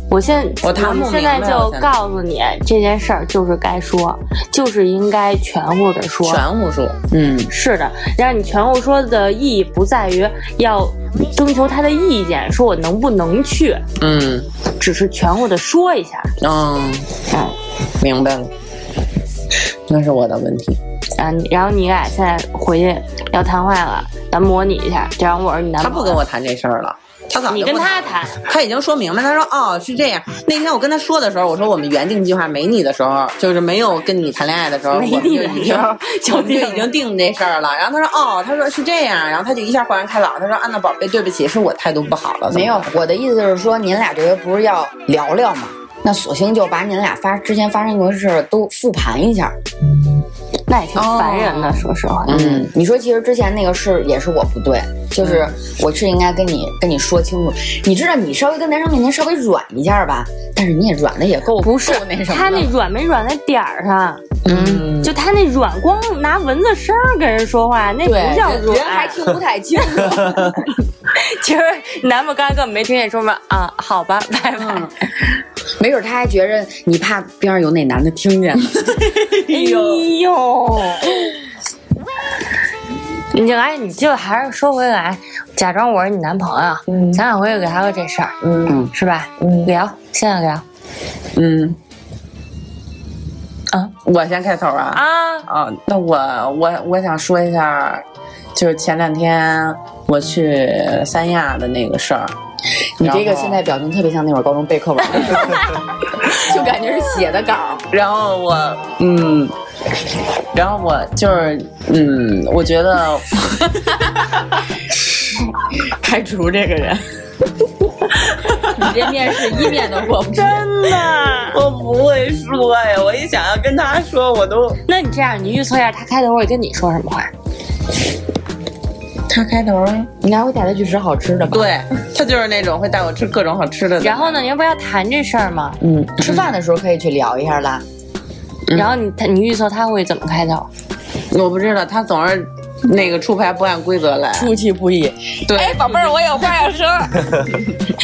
我现我谈们不现在明白就我现在告诉你，这件事儿就是该说，就是应该全乎的说。全无数，嗯，是的，让你全乎说的意义不在于要征求他的意见，说我能不能去，嗯只是全乎的说一下。嗯，哎，明白了，那是我的问题。然后你嗯然后你俩现在回去要谈话了，咱模拟一下，这样我是你男他朋友。不跟我谈这事儿了，他早就你跟不他了谈，嗯他已经说明白，他说哦是这样。那天我跟他说的时候，我说我们原定计划没你的时候，就是没有跟你谈恋爱的时候，没我们你就的已时经候就我们就定已经定这事儿了。然后他说哦，他说是这样，然后他就一下豁然开朗，他说安啊娜宝贝，对不起，是我态度不好了，怎么没有。我的意思是说，您俩这回不是要聊聊吗？那索性就把您俩发之前发生过的事儿都复盘一下。那也挺哦烦人的，说实话。嗯，你说其实之前那个事也是我不对，就是我是应该跟你跟你说清楚。你知道，你稍微跟男生面前稍微软一下吧，但是你也软的也够不是够那什他么的那软没软在点儿上，嗯就他那软，光拿蚊子声儿跟人说话，那对不叫人软。人还听不太清楚。 *laughs* 其实男们刚才根本没听见说什么啊，好吧，拜拜。嗯没准他还觉着你怕边上有哪男的听见呢。哎呦，你就哎，你就还是说回来，假装我是你男朋友，咱俩回去聊聊这事儿，嗯，是吧？嗯，聊，现在聊嗯，啊，我先开头啊啊，啊，那我我我想说一下，就是前两天我去三亚的那个事儿。你这个然后现在表情特别像那会儿高中背课文，就感觉是写的稿儿。然后我，嗯，然后我就是，嗯，我觉得 *laughs* 开除这个人，你这面试一面都过不去。真的，我不会说呀，我一想要跟他说，我都那你这样，你预测一下他开头会跟你说什么话？他开头，啊你还会带他去吃好吃的吧？对他就是那种会带我吃各种好吃的的，然后呢，你要不要谈这事儿吗？嗯，吃饭的时候可以去聊一下啦。然后你他你预测他会怎么开头？我不知道他总是那个出牌不按规则来，出其不意，对，宝贝儿，我有话要说。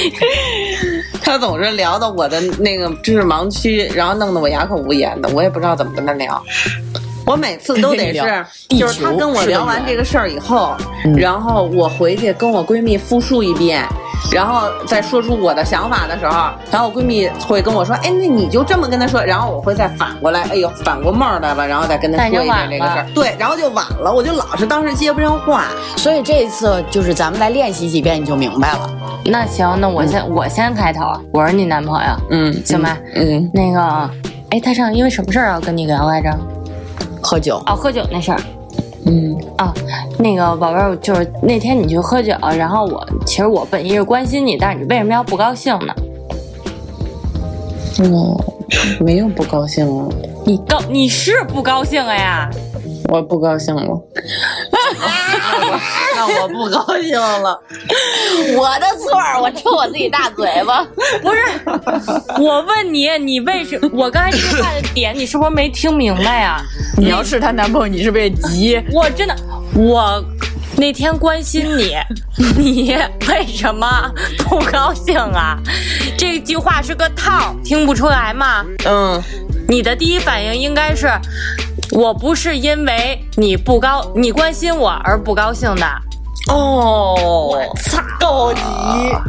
*laughs* 他总是聊到我的那个知识盲区，然后弄得我哑口无言的，我也不知道怎么跟他聊。我每次都得聊是，就是他跟我聊完这个事儿以后，嗯然后我回去跟我闺蜜复述一遍，然后再说出我的想法的时候，然后我闺蜜会跟我说：“哎，那你就这么跟他说。”然后我会再反过来，哎呦，反过帽儿来了，然后再跟他但已经说一遍晚这个事了儿。对，然后就晚了，我就老是当时接不上话。所以这一次就是咱们来练习几遍，你就明白了。那行，那我先、我先开头，啊我是你男朋友，嗯，行吧？嗯，那个，哎，他上因为什么事儿要跟你聊来着？喝酒，哦，喝酒那事儿。嗯啊，那个宝贝儿，就是那天你去喝酒，然后我其实我本意是关心你，但是你为什么要不高兴呢？我没有不高兴啊了，你高你是不高兴了呀？我不高兴了，那我不高兴了。我的错儿，我抽我自己大嘴巴。不是， *laughs* 我问你，你为什我刚才这句话的点，你是不是没听明白呀、你要是她男朋友，你是不是也急？我真的，我那天关心 *laughs* 你，你为什么不高兴啊？这句话是个套，听不出来吗？嗯，你的第一反应应该是，我不是因为你不高，你关心我而不高兴的。哦，我操，高级，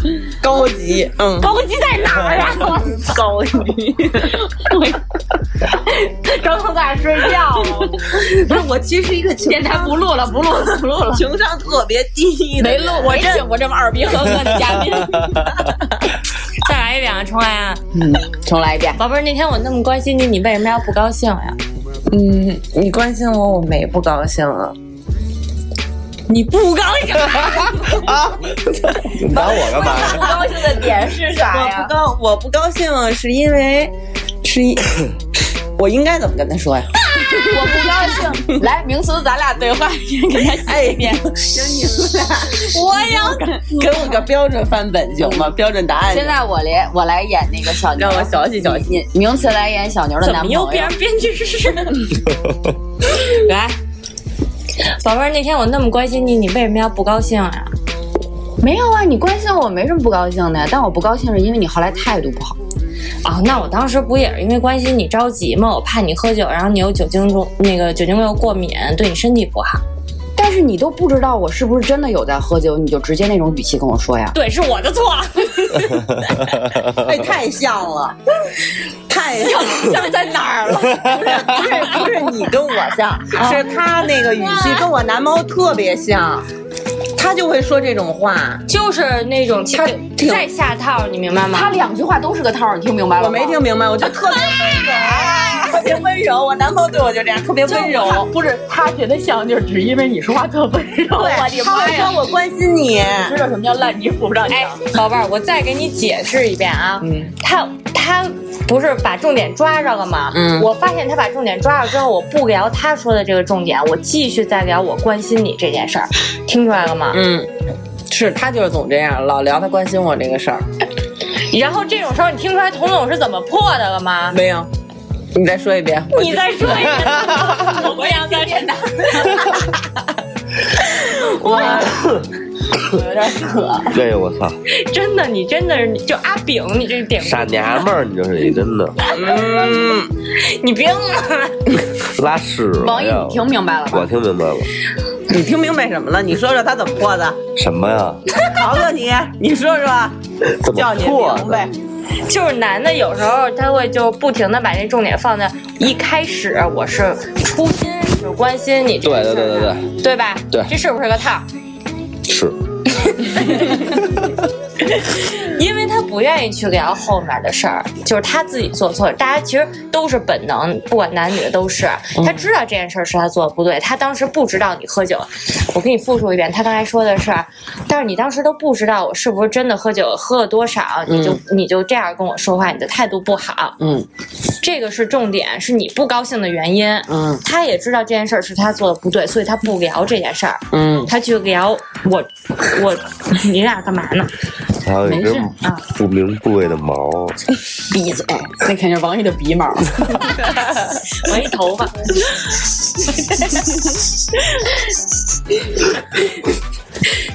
嗯高级，嗯，高级在哪儿呀？高级。张总在睡觉。不是，我其实是一个情商不录了，不录了，不录了。情商特别低的没人，录，我这我这么耳鼻呵呵的嘉宾。 *laughs* 再来一遍啊，重来啊！嗯，重来一遍。宝贝儿，那天我那么关心你，你为什么要不高兴呀、嗯，你关心我，我没不高兴啊。你不高兴，你打我干嘛 *laughs* 呀？不高兴的点是啥我不？高，我不高兴是因为，是因， *coughs* 我应该怎么跟他 *laughs* 说呀？我不高兴。来，名词，咱俩对话，给他哎，就你们俩，我要给我个标准范本行吗？标准答案。现在我来，我来演那个小牛，让我小心小心。你名词来演小牛的怎么男朋又友。变成编剧 *laughs* 室了？来，宝贝儿，那天我那么关心你，你为什么要不高兴啊呀、没有啊，你关心我没什么不高兴的呀，但我不高兴是因为你后来态度不好。哦，那我当时不也是因为关心你着急吗？我怕你喝酒，然后你又酒精中那个酒精又过敏，对你身体不好。但是你都不知道我是不是真的有在喝酒，你就直接那种语气跟我说呀。对，是我的错。哎，太像了，太像像在哪儿了？不是不是不是你跟我像，是他那个语气跟我男猫特别像，他就会说这种话。 *laughs* *laughs* 就是那种他挺再下套，你明白吗？他两句话都是个套儿，你听明白了我吗没听明白，我就特别温柔，啊特别温柔。我男朋友对我就这样，特别温柔。不是他觉得像，就是只因为你说话特温柔。对，他会啊说我关心你。知道什么叫烂泥扶不上哎，宝贝儿，我再给你解释一遍啊。他他不是把重点抓着了吗？嗯我发现他把重点抓着之后，我不聊他说的这个重点，我继续再聊我关心你这件事儿，听出来了吗？嗯，是他就是总这样，老聊他关心我这个事儿。然后这种时候，你听出来童总是怎么破的了吗？没有，你再说一遍。你再说一遍，我不想再听了。这个我操， *laughs* 真的，你真的是就阿炳，你这典故，傻娘们儿，你这是你真的嗯，你别。拉屎了王毅，呀！你听明白了吧？我听明白了，你听明白什么了？你说说他怎么过的？什么呀？考考你，你说说， *laughs* 怎么叫你破明白。就是男的有时候他会就不停的把这重点放在一开始我是初心只关心你这个事儿的，对对对对，对吧？对这是不是个套儿？是，因为他不愿意去聊后面的事儿，就是他自己做错了。大家其实都是本能，不管男女的都是。嗯他知道这件事儿是他做的不对，他当时不知道你喝酒。我给你复述一遍，他刚才说的是，但是你当时都不知道我是不是真的喝酒，喝了多少，你就、你就这样跟我说话，你的态度不好。嗯，这个是重点，是你不高兴的原因。嗯，他也知道这件事儿是他做的不对，所以他不聊这件事儿。嗯，他去聊我我你俩干嘛呢？还有一根啊不明部位的毛，鼻子，哎，那肯定是王毅的鼻毛。我一头 *laughs* 发。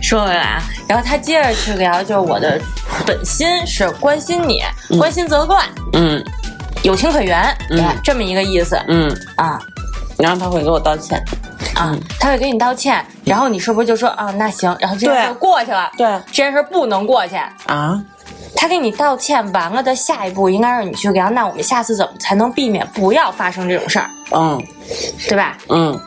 说回来啊，然后他接着去聊，就是我的本心是关心你，关心责怪，嗯有情可原，嗯这么一个意思嗯，啊然后他会给我道歉。嗯啊，他会给你道歉，然后你是不是就说啊那行，然后这件事对就过去了，对这件事不能过去，啊，他给你道歉完了的下一步应该是你去给他，那我们下次怎么才能避免不要发生这种事儿，嗯对吧？嗯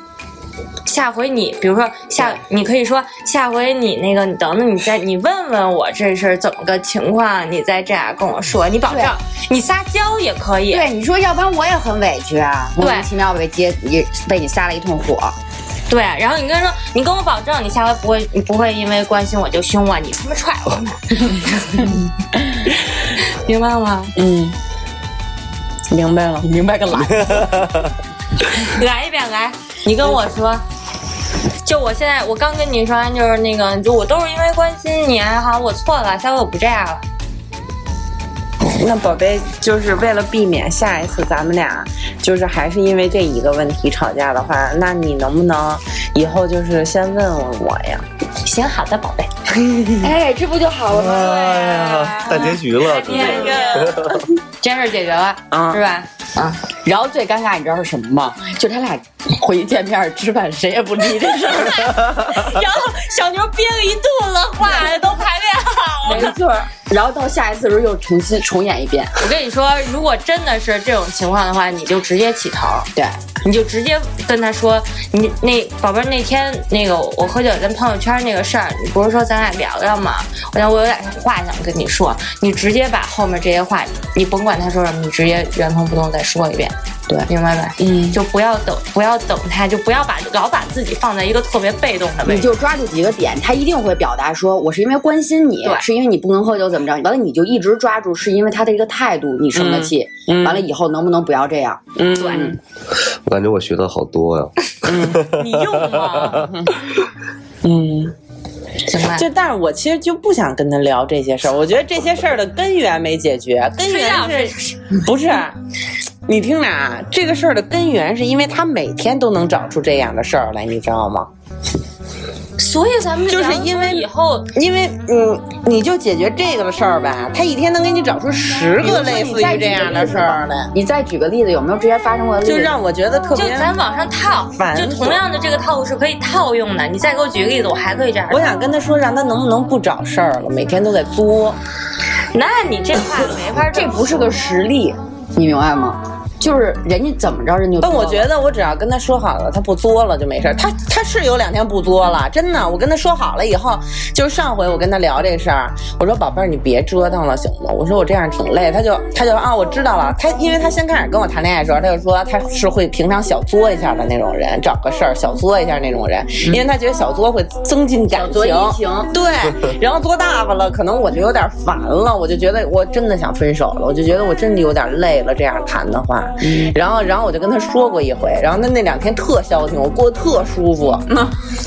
下回你，比如说下，你可以说下回你那个，你等等，你再你问问我这是怎么个情况，你再这样跟我说，你保证，你撒娇也可以，对，你说要不然我也很委屈啊，对莫名其妙被接也被你撒了一通火。对然后你跟他说，你跟我保证，你下回不会，你不会因为关心我就凶我，你他妈踹我， *laughs* 明白吗？嗯，明白了，明白个懒。 *laughs* 来一遍，来，你跟我说。就我现在，我刚跟你说完，就是那个，就我都是因为关心你啊，好，我错了，下回我不这样了。那宝贝，就是为了避免下一次咱们俩就是还是因为这一个问题吵架的话，那你能不能以后就是先问问我呀？行，好的，宝贝。哎，这不就好了吗？哎呀，啊大结局了，哎第二个，这事儿解决了，啊是 *laughs* 吧？然后最尴尬，你知道是什么吗？就他俩回去见面吃饭，谁也不提这事儿。然后小牛憋了一肚子话，都排练好了。没错儿。 *laughs* 然后到下一次的时候又重新重演一遍。我跟你说，如果真的是这种情况的话，你就直接起头，对，你就直接跟他说，你那宝贝儿那天那个我喝酒跟朋友圈那个事儿，你不是说咱俩聊聊吗？我想我有点话想跟你说，你直接把后面这些话，你甭管他说什么，你直接原封不动再说一遍。对明白没？嗯就不要等，不要等他，就不要把老把自己放在一个特别被动的位你置。就抓住几个点，他一定会表达说我是因为关心你，对是因为你不能喝酒怎么着？完了你就一直抓住是因为他的一个态度你生的气，嗯嗯完了以后能不能不要这样？嗯，对， *laughs* 我感觉我学到好多呀、你用吗？嗯，行吧，就但是我其实就不想跟他聊这些事儿，我觉得这些事儿的根源没解决， *laughs* 根吃药源是不是？你听着啊，这个事儿的根源是因为他每天都能找出这样的事儿来，你知道吗？所以咱们就是因为以后因为嗯，你就解决这个的事儿吧，他一天能给你找出十个类似于这样的事儿来，你再举个例子，有没有之前发生过的例子？就让我觉得特就别。咱往上套烦，就死同样的这个套路是可以套用的。你再给我举个例子，我还可以这样我。想跟他说，让他能不能不找事儿了，每天都在作。那你这话没法这不是个实例，你明白吗？就是人家怎么着人就但我觉得得我只要跟他说好了，他不作了就没事儿。他他是有两天不作了，真的。我跟他说好了以后，就是上回我跟他聊这事儿，我说宝贝儿你别折腾了行吗？我说我这样挺累。他就他就啊我知道了。他因为他先开始跟我谈恋爱的时候，他就说他是会平常小作一下的那种人，找个事儿小作一下那种人，因为他觉得小作会增进感情。嗯小作怡情对，然后做大发了，可能我就有点烦了，我就觉得我真的想分手了，我就觉得我真的有点累了，这样谈的话，嗯然后然后我就跟他说过一回，然后他那两天特消停，我过得特舒服，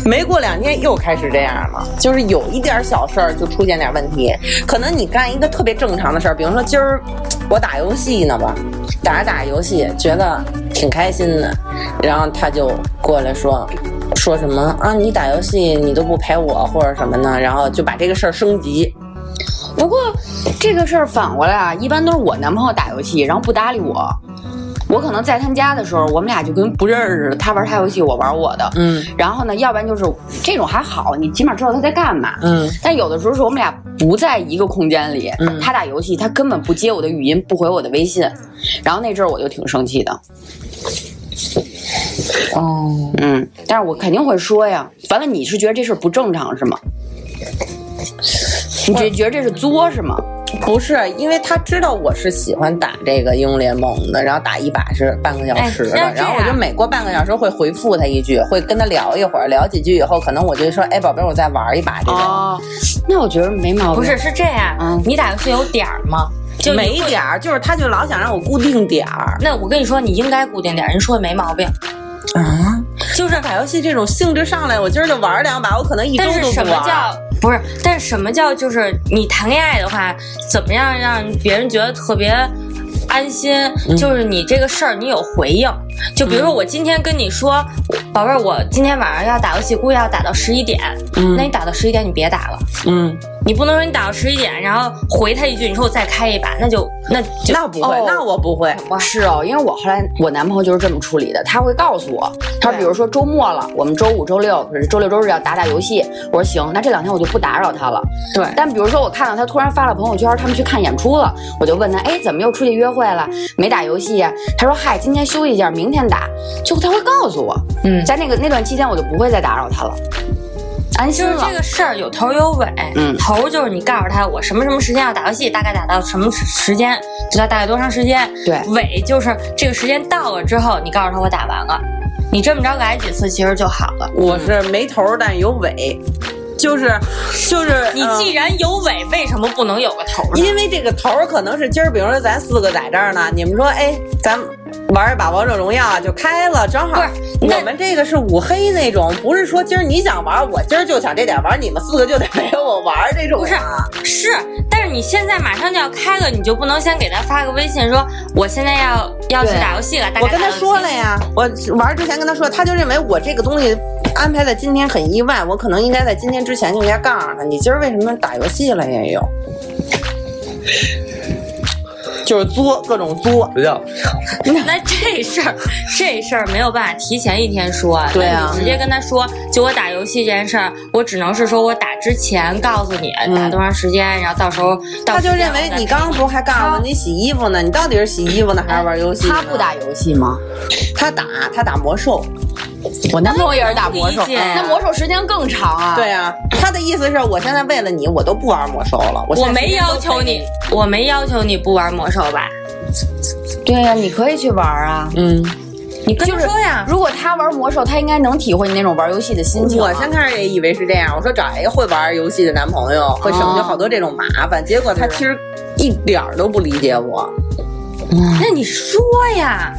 没过两天又开始这样了，就是有一点小事儿就出现点问题，可能你干一个特别正常的事儿，比如说今儿我打游戏呢吧，打着打着游戏觉得挺开心的，然后他就过来说。说什么啊？你打游戏你都不陪我或者什么呢？然后就把这个事儿升级。不过这个事儿反过来啊，一般都是我男朋友打游戏，然后不搭理我。我可能在他们家的时候，我们俩就跟不认识似的，他玩他游戏，我玩我的。嗯然后呢，要不然就是这种还好，你起码知道他在干嘛。嗯但有的时候是我们俩不在一个空间里，嗯他打游戏，他根本不接我的语音，不回我的微信。然后那阵儿我就挺生气的，哦，嗯，但是我肯定会说呀。完了，你是觉得这事儿不正常是吗？你觉觉得这是作是吗？不是，因为他知道我是喜欢打这个英雄联盟的，然后打一把是半个小时的，哎那这样然后我就每过半个小时会回复他一句，会跟他聊一会儿，聊几句以后，可能我就说，哎，宝贝儿，我再玩一把这种。哦，那我觉得没毛病。不是，是这样嗯，你打游戏有点儿吗？就你没会。点儿，就是他就老想让我固定点儿那我跟你说，你应该固定点儿，人说的没毛病。啊，就是打游戏这种性质上来，我今儿就玩两把，我可能一周但都是不玩。什么叫不是？但是什么叫就是你谈恋爱的话，怎么样让别人觉得特别安心，嗯就是你这个事儿你有回应。就比如说我今天跟你说，宝贝儿，我今天晚上要打游戏，估计要打到十一点。嗯那你打到十一点你别打了，嗯，你不能说你打到十一点，然后回他一句，你说我再开一把，那就那就那不会哦，那我不会。是哦，因为我后来我男朋友就是这么处理的，他会告诉我，他说比如说周末了，我们周五、周六，周六、周日要打打游戏，我说行，那这两天我就不打扰他了。对但比如说我看到他突然发了朋友圈，他们去看演出了，我就问他，哎，怎么又出去约会了？没打游戏呀、他说嗨，今天休息一下，明天打。就他会告诉我，嗯在那个那段期间我就不会再打扰他了，安就心是了这。个事儿有头有尾，嗯头就是你告诉他我什么什么时间要打游戏，大概打到什么时时间，知道大概多长时间。对尾就是这个时间到了之后，你告诉他我打完了，你这么着来几次其实就好了。我是没头儿但有尾，就是就是你既。然有尾，为什么不能有个头呃呢？因为这个头儿可能是今儿，比如说咱四个在这儿呢，你们说，哎，咱玩一把王者荣耀就开了，正好不是那我们这个是五黑那种，不是说今儿你想玩，我今儿就想这点玩，你们四个就得陪我玩这种、啊。不是是，但是你现在马上就要开了，你就不能先给他发个微信说我现在要要去对打游戏了。大概我跟打他到说几了呀，我玩之前跟他说，他就认为我这个东西安排在今天很意外，我可能应该在今天之前就应该告诉他，你今儿为什么打游戏了也有，就是作各种作。睡觉。 *laughs* 那这事儿，这事儿没有办法提前一天说，对啊那你直接跟他说，就我打游戏这件事儿，我只能是说我打之前告诉你打多长时间，然后到时候到嗯他就时间认为我再你给刚刚不是还告诉我你洗衣服呢？你到底是洗衣服呢还是玩游戏呢？他不打游戏吗？他打他打魔兽，我男朋友也是打理魔兽，嗯解那魔兽时间更长啊。对啊，他的意思是我现在为了你，我都不玩魔兽了。我我现在没要求你，我没要求你不玩魔兽吧？对呀、你可以去玩啊。嗯，你跟他就是说呀，如果他玩魔兽，他应该能体会你那种玩游戏的心情啊。我先开始也以为是这样，我说找一个会玩游戏的男朋友，会省去好多这种麻烦。结果他其实一点儿都不理解我。嗯那你说呀，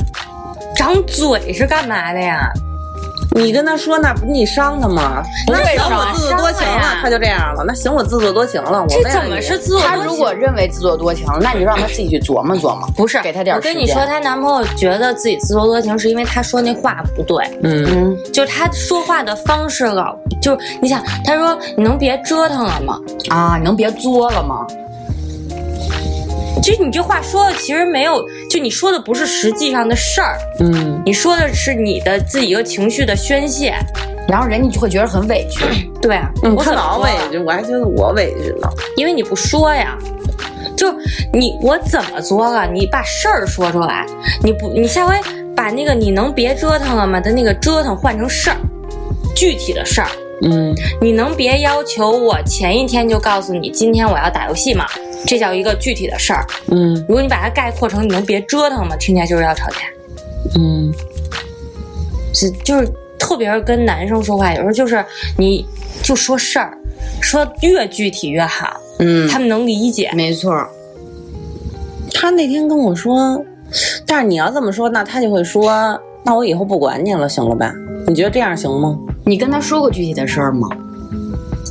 长嘴是干嘛的呀？你跟他说，那不你伤他吗？不那是行，我伤自作多情伤了呀了，他就这样了。那行，我自作多情了。我这为了怎么你是自我他多如情果认为自作多情，那你就让他自己去琢磨琢磨。不是给他点我儿时间跟你说，她男朋友觉得自己自作多情，是因为她说那话不对。嗯，就是他说话的方式老，就是你想，他说你能别折腾了吗？啊，你能别作了吗？就你这话说的其实没有，就你说的不是实际上的事儿，嗯，你说的是你的自己一个情绪的宣泄。然后人家就会觉得很委屈。对啊，嗯我我怎么老说委了屈，我还觉得我委屈呢。因为你不说呀。就你我怎么作了？你把事儿说出来，你不你下回把那个你能别折腾了吗的那个折腾换成事儿，具体的事儿。嗯，你能别要求我前一天就告诉你今天我要打游戏吗？这叫一个具体的事儿。嗯，如果你把它概括成你能别折腾吗？听起来就是要吵架。嗯，是就是特别是跟男生说话，有时候就是你就说事儿，说越具体越好，嗯，他们能理解。没错。他那天跟我说，但是你要这么说，那他就会说，那我以后不管你了，行了吧？你觉得这样行吗？你跟他说过具体的事儿吗？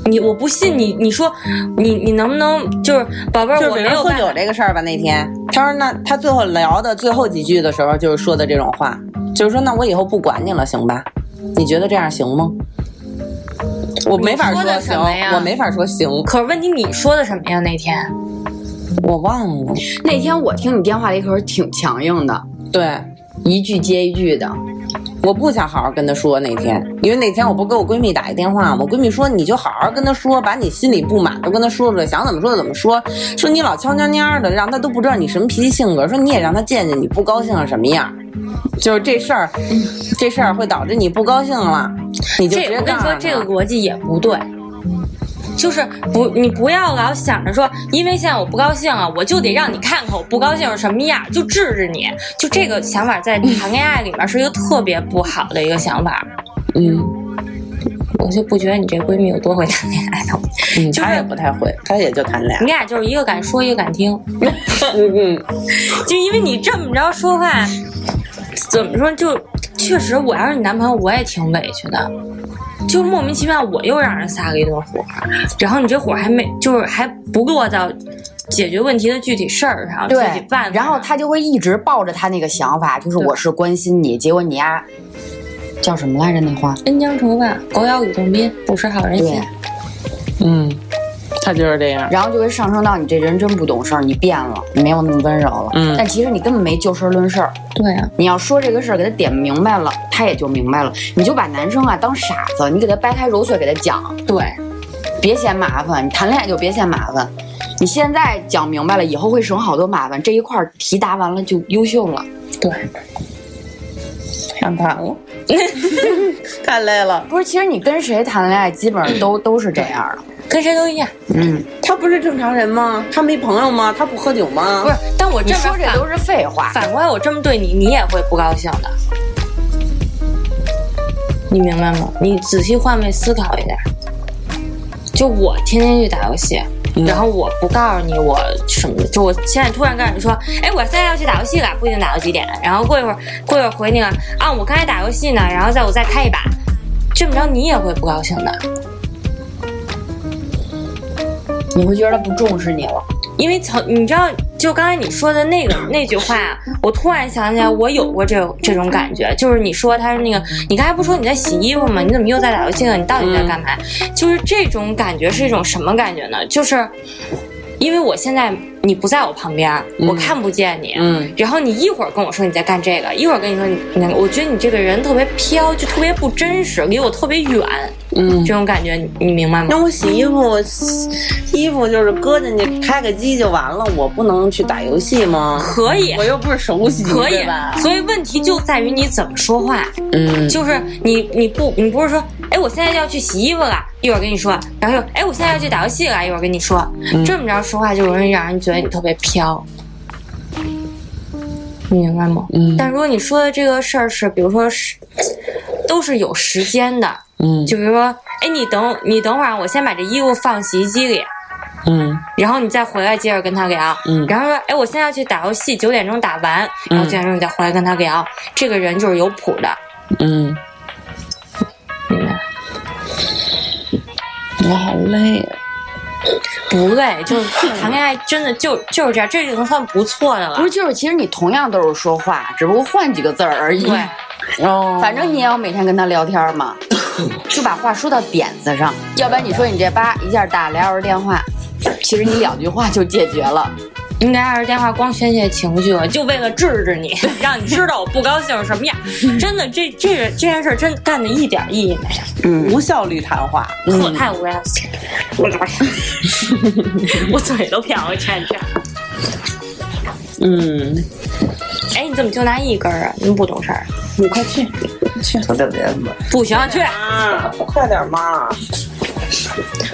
你我不信你，你说你你能不能就是宝贝儿，嗯就是我比没如有喝办酒法。这个事儿吧，那天他说那他最后聊的最后几句的时候，就是说的这种话，就是说那我以后不管你了，行吧？你觉得这样行吗？我没法你说的行什么呀，我没法说行，可是问题你说的什么呀？那天我忘了。那天我听你电话里可是挺强硬的，对，一句接一句的。我不想好好跟他说那天，因为那天我不给我闺蜜打一电话吗，我闺蜜说你就好好跟他说，把你心里不满都跟他说出来，想怎么说就怎么说。说你老悄蔫蔫的，让他都不知道你什么脾气性格。说你也让他见见你不高兴是什么样，就是这事儿，这事儿会导致你不高兴了，你就直这接我跟告你诉说他。这个逻辑也不对。就是不，你不要老想着说，因为现在我不高兴了，我就得让你看看我不高兴是什么样，就治治你。就这个想法在谈恋爱里面是一个特别不好的一个想法。嗯，我就不觉得你这闺蜜有多会谈恋爱呢，嗯就是他也不太会，他也就谈恋你爱。俩就是一个敢说，一个敢听。嗯嗯， *laughs* 就因为你这么着说话，怎么说就确实，我要是你男朋友，我也挺委屈的。就莫名其妙，我又让人撒了一顿火，然后你这火还没，就是还不落到解决问题的具体事儿上，具体对办法。，然后他就会一直抱着他那个想法，就是对我是关心你，结果你呀、叫什么来着那话？恩将仇报，狗咬吕洞宾，不识好人对心。，嗯，他就是这样。然后就会上升到你这人真不懂事儿，你变了，你没有那么温柔了。嗯但其实你根本没就事儿论事儿。对啊，你要说这个事儿，给他点明白了，他也就明白了。你就把男生啊当傻子，你给他掰开揉碎给他讲，对，别嫌麻烦。你谈恋爱就别嫌麻烦，你现在讲明白了，以后会省好多麻烦。这一块儿题答完了就优秀了。想谈了， *laughs* 太累了。嗯不是，其实你跟谁谈恋爱，基本上都都是这样的。跟谁都一样。嗯，他不是正常人吗？他没朋友吗？他不喝酒吗？不是，但我你这说么这反都是废话。反过来，我这么对你，你也会不高兴的。你明白吗？你仔细换位思考一下。就我天天去打游戏，然后我不告诉你我什么，就我现在突然告诉你说，哎，我现在要去打游戏了，不一定打到几点。然后过一会儿，过一会儿回那个啊，我刚才打游戏呢，然后再我再开一把，这么着你也会不高兴的，你会觉得他不重视你了。因为从你知道，就刚才你说的那个那句话，我突然想起来，我有过这这种感嗯觉，就是你说他是那个，你刚才不说你在洗衣服吗？你怎么又在打游戏了？你到底在干嘛？嗯就是这种感觉是一种什么感觉呢？就是因为我现在你不在我旁边，我看不见你。嗯，然后你一会儿跟我说你在干这个，一会儿跟你说你那个，我觉得你这个人特别飘，就特别不真实，离我特别远，嗯这种感觉你你明白吗？那我洗衣服，衣服就是搁进去开个机就完了，我不能去打游戏吗？可以，我又不是手洗，可以对吧？，所以问题就在于你怎么说话。嗯，就是你你不你不是说，哎，我现在要去洗衣服了，一会儿跟你说，然后又哎，我现在要去打游戏了，一会儿跟你说，嗯这么着说话就容易让人觉得你特别飘。你明白吗？嗯但如果你说的这个事儿是，比如说是，都是有时间的，嗯就比如说，哎，你等你等会儿啊，我先把这衣服放洗衣机里，嗯然后你再回来接着跟他聊，嗯然后说，哎，我现在要去打游戏，九点钟打完，然后嗯九点钟你再回来跟他聊，这个人就是有谱的，嗯，明白吗？我好累啊。不累，就是谈恋爱真的就就是这样，这已经算不错的了。不是，就是其实你同样都是说话，只不过换几个字儿而已。对，哦，反正你也要每天跟他聊天嘛，就把话说到点子上，要不然你说你这吧一下打俩小时电话，其实你两句话就解决了。你俩人电话光宣泄情绪了，就为了治治 *laughs* 你，让你知道我不高兴是什么样。真的，这这个这件事儿真干的一点意义没嗯无效率谈话，有，特太无聊了。我怎么 *laughs* 我嘴都瓢了，全这样。嗯，哎，你怎么就拿一根儿啊？你不懂事儿，你快去，长点脸吧。不行，去。啊，快点嘛！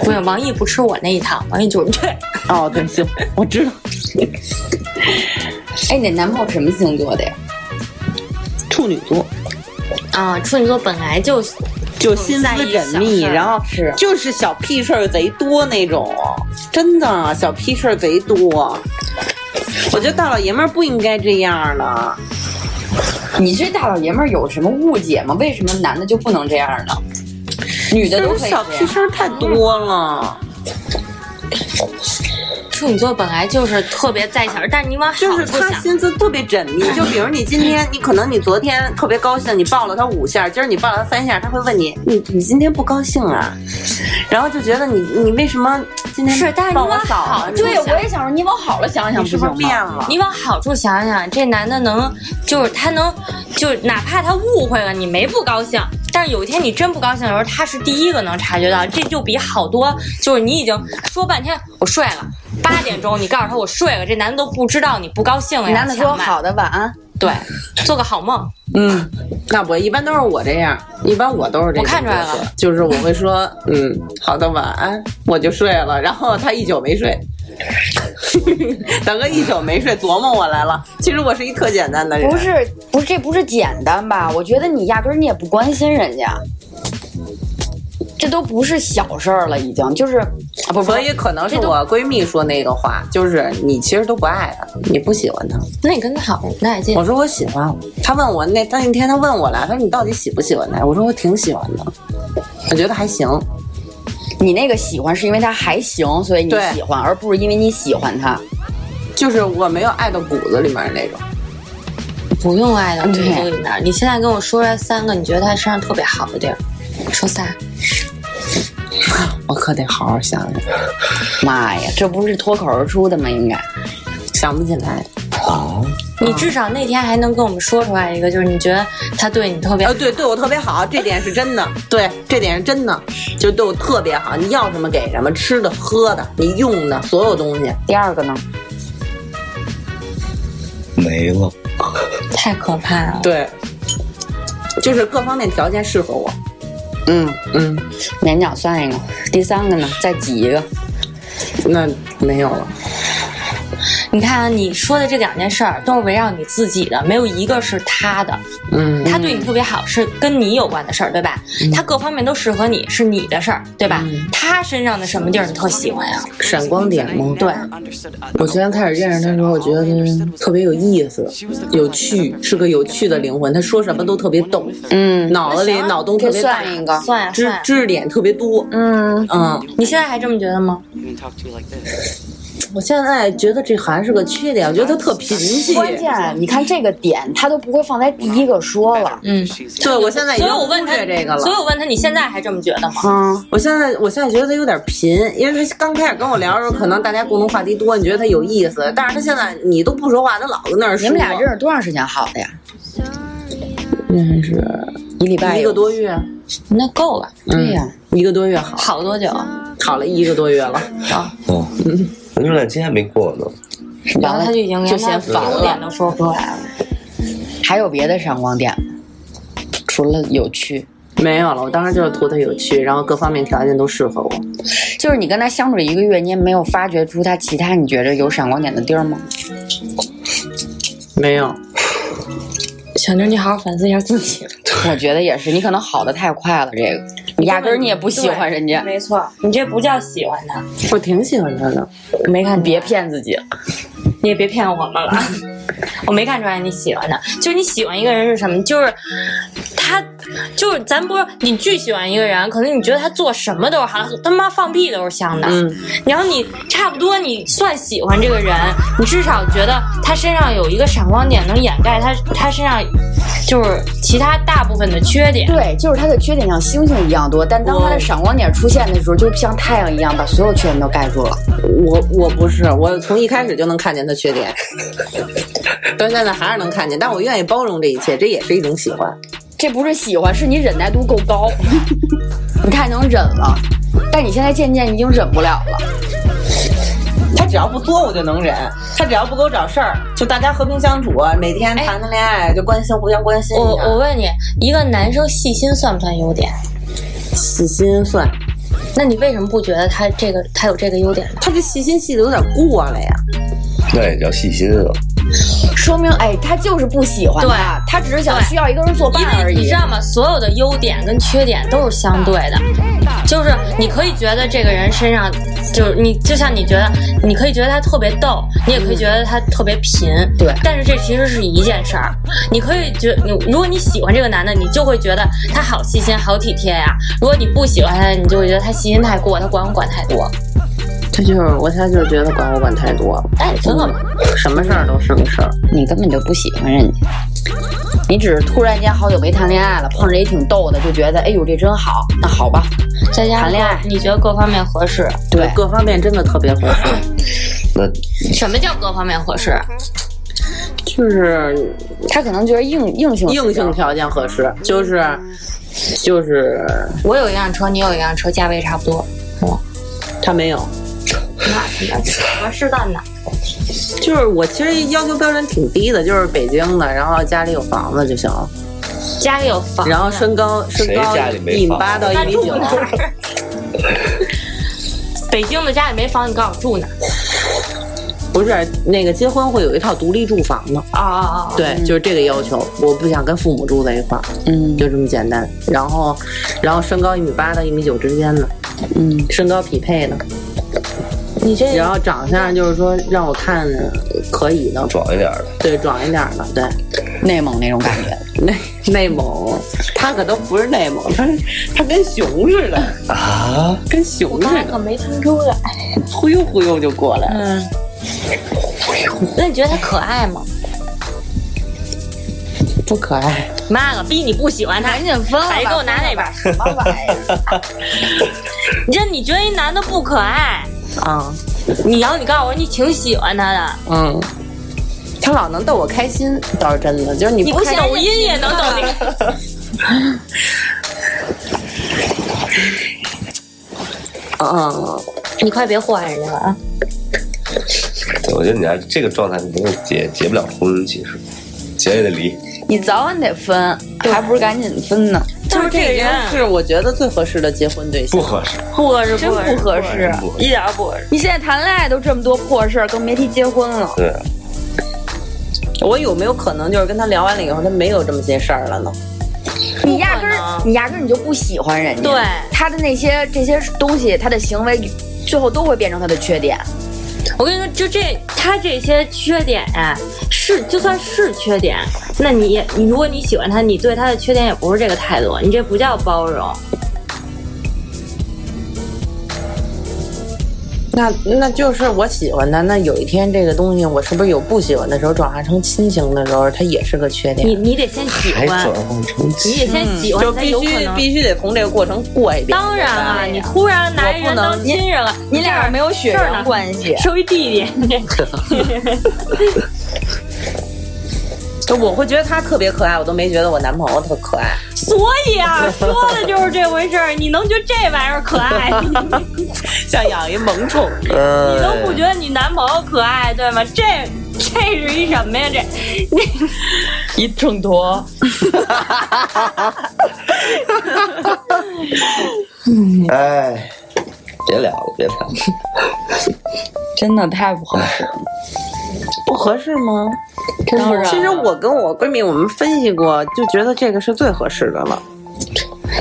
不行，王毅不吃我那一套，王毅就是去。哦，对不起，我知道，哎，你男朋友什么星座的呀？处女座啊，处女座本来就就心思缜密，然后是就是小屁事儿贼多那种，真的小屁事儿贼多。我觉得大老爷们儿不应该这样的，你对大老爷们儿有什么误解吗？为什么男的就不能这样呢？女的都就是可以小这屁样。事儿太多了，处女座本来就是特别在想，但是你往好就是处他想，心思特别缜密。就比如你今天，你可能你昨天特别高兴，你抱了他五下，今儿你抱了他三下，他会问你，你你今天不高兴啊？然后就觉得你你为什么今天是但是你抱我往嫂好啊？处对，我也想说，你往好了想想你是不不是行变吗？了？你往好处想想，这男的能，就是他能，就是哪怕他误会了，你没不高兴，但是有一天你真不高兴的时候，他是第一个能察觉到，这就比好多就是你已经说半天我睡了，八点钟你告诉他我睡了，这男的都不知道你不高兴了呀，男的说强吧，好的晚安，对，做个好梦，嗯，那我一般都是我这样，一般我都是这种我看出来了角色，就是我会说，嗯，好的，晚安，我就睡了，然后他一宿没睡。 *laughs* 大哥一宿没睡，琢磨我来了。其实我是一特简单的人，不是不是，这不是简单吧？我觉得你压根儿你也不关心人家，这都不是小事儿了，已经就是啊不不所以可能是我闺蜜说那个话，就是你其实都不爱他，你不喜欢他。那你跟他好，那也进我，说我喜欢，他问我那那天他问我来，他说你到底喜不喜欢他？我说我挺喜欢的，我觉得还行。你那个喜欢是因为他还行，所以你对喜欢，而不是因为你喜欢他。就是我没有爱到骨子里面的那种。不用爱到骨子里面儿。你现在跟我说出来三个，你觉得他身上特别好的地儿，说仨。我可得好好想想，妈呀，这不是脱口而出的吗？应该想不起来。你至少那天还能跟我们说出来一个，就是你觉得他对你特别呃，对，对我特别好，这点是真的。 *laughs* 对，这点是真的，就对我特别好。你要什么给什么，吃的、喝的，你用的所有东西。第二个呢？没了。太可怕了。对，就是各方面条件适合我。嗯，嗯，勉强算一个。第三个呢？再挤一个。那没有了。你看、啊、你说的这两件事儿都是围绕你自己的，没有一个是他的。嗯，他对你特别好是跟你有关的事儿，对吧？他各方面都适合你，是你的事儿，对吧？嗯他身上的什么地儿你特喜欢呀、闪光点吗？对，我昨天开始认识他的时候，我觉得他特别有意思，有趣，是个有趣的灵魂。他说什么都特别逗，嗯，脑子里脑洞特这别大，算一个。算呀、嗯知算呀、知识点特别多。嗯，嗯，你现在还这么觉得吗？我现在觉得这还是个缺点，我觉得他特贫瘠。关键你看这个点，他都不会放在第一个说了。嗯，对我现在已所以经我问忽他略这个所以了。我问他，你现在还这么觉得吗？嗯，我现在我现在觉得他有点贫，因为他刚开始跟我聊的时候，可能大家共同话题多，你觉得他有意思。但是他现在你都不说话，他老跟那儿说。你们俩认识多长时间好的呀？认识一礼拜一有个。多月，嗯那够了，对呀、一个多啊月好，好多久？好了一个多月了。哦，你们俩今天还没过呢，然后他就已经就连嫌烦五了点都说不出来了。还有别的闪光点吗？除了有趣，没有了，我当时就是图他有趣，然后各方面条件都适合我。就是你跟他相处一个月，你也没有发掘出他其他你觉着有闪光点的地儿吗？没有，小妞，你好好反思一下自己。我觉得也是，你可能好的太快了，这个压根儿你也不喜欢人家。没错，你这不叫喜欢他，我挺喜欢他的。没看别骗自己，你也别骗我们了，我没看出来你喜欢他。就是你喜欢一个人是什么？就是他，就是咱不是你巨喜欢一个人，可能你觉得他做什么都是好，他妈放屁都是香的。嗯，然后你差不多你算喜欢这个人，你至少觉得他身上有一个闪光点能掩盖他他身上就是其他大部分的缺点。对，就是他的缺点像星星一样多，但当他的闪光点出现的时候，就像太阳一样把所有缺点都盖住了。我我不是，我从一开始就能看见他缺点，到现在还是能看见，但我愿意包容这一切，这也是一种喜欢。这不是喜欢，是你忍耐度够 *laughs* 高，你太能忍了。但你现在渐渐已经忍不了了。他只要不作，我就能忍；他只要不给我找事儿，就大家和平相处，啊每天谈谈恋爱，就关心互相关心我一下。哎我问你，一个男生细心算不算优点？细心算，那你为什么不觉得他这个他有这个优点呢？他这细心细的有点过了呀。那也叫细心啊。说明哎，他就是不喜欢对他，他只是想对需要一个人作伴因而为已。你知道吗？所有的优点跟缺点都是相对的，嗯就是你可以觉得这个人身上，就是你就像你觉得，你可以觉得他特别逗，你也可以嗯觉得他特别贫，对但是这其实是一件事儿，你可以觉，你如果你喜欢这个男的，你就会觉得他好细心、好体贴呀、如果你不喜欢他，你就会觉得他细心太过，他管我管太多。他就是我，现在就是觉得管我管太多嗯了，哎，挺好的。什么事儿都是个事儿。你根本就不喜欢人家，你只是突然间好久没谈恋爱了，碰着也挺逗的，就觉得哎呦这真好，那好吧，再加上谈恋爱你觉得各方面合适？对，各方面真的特别合适，那什么叫各方面合适？啊就是他可能觉得硬硬性硬性条件合适，就是就是我有一辆车，你有一辆车，价位差不多。他没有，合适到哪？就是我其实要求标准挺低的，就是北京的，然后家里有房子就行了，家里有房子，然后身高身高谁家里没一米房八到一那米住九，哪儿？北京的家里没房，你告诉我住哪儿？不是那个结婚会有一套独立住房的，哦哦哦，对，就是这个要求，我不想跟父母住在一块儿，嗯就这么简单。然后然后身高一米八到一米九之间的，嗯，身高匹配的，你这然后长相就是说让我看着可以的，壮一点的，对，壮一点的，对。内蒙那种感觉。那 *laughs* 内蒙，他可都不是内蒙，他他跟熊似的，啊，跟熊似的，没听出来。忽悠忽悠就过来了。嗯，那你觉得他可爱吗？不可爱，妈了逼，你不喜欢他，赶紧分了吧，还给我拿那边儿。啊什么玩意儿？ *laughs* 你这你觉得一男的不可爱？啊，你要你告诉我你挺喜欢他的，嗯，他老能逗我开心，倒是真的，就是你你不不开信心抖音也啊能抖你。嗯，你快别祸害人家了啊！我觉得你还这个状态没有结结不了婚，其实结也得离。你早晚得分，还不如赶紧分呢。就是这个已经人是我觉得最合适的结婚对象不。合适，不合适，真不合适，不合适一点儿不合适。你现在谈恋爱都这么多破事儿，更别提结婚了。对，我有没有可能就是跟他聊完了以后，他没有这么些事儿了呢？你压根不可儿，能你压根儿你就不喜欢人家，对他的那些这些东西，他的行为，最后都会变成他的缺点。我跟你说，就这他这些缺点啊，是就算是缺点，那你也你如果你喜欢他，你对他的缺点也不是这个态度，你这不叫包容。那那就是我喜欢他，那有一天这个东西，我是不是有不喜欢的时候，转化成亲情的时候，它也是个缺点你。你得先喜还欢转，换成你得先喜欢就才嗯必有可须能。必须得从这个过程过一遍。当然哎啊，你突然拿人当亲人了，你俩没有血这儿呢缘关系，收一弟弟， *laughs* 就我会觉得他特别可爱，我都没觉得我男朋友特可爱。所以啊，说的就是这回事儿。你能觉得这玩意儿可 *laughs* 爱，你像养一萌宠，呃，都不觉得你男朋友可爱，对吗？这这是一什么呀？这你一秤砣。哎，别聊了，别聊了，真的太不合适。不合适吗？当然其实我跟我闺蜜我们分析过，就觉得这个是最合适的了。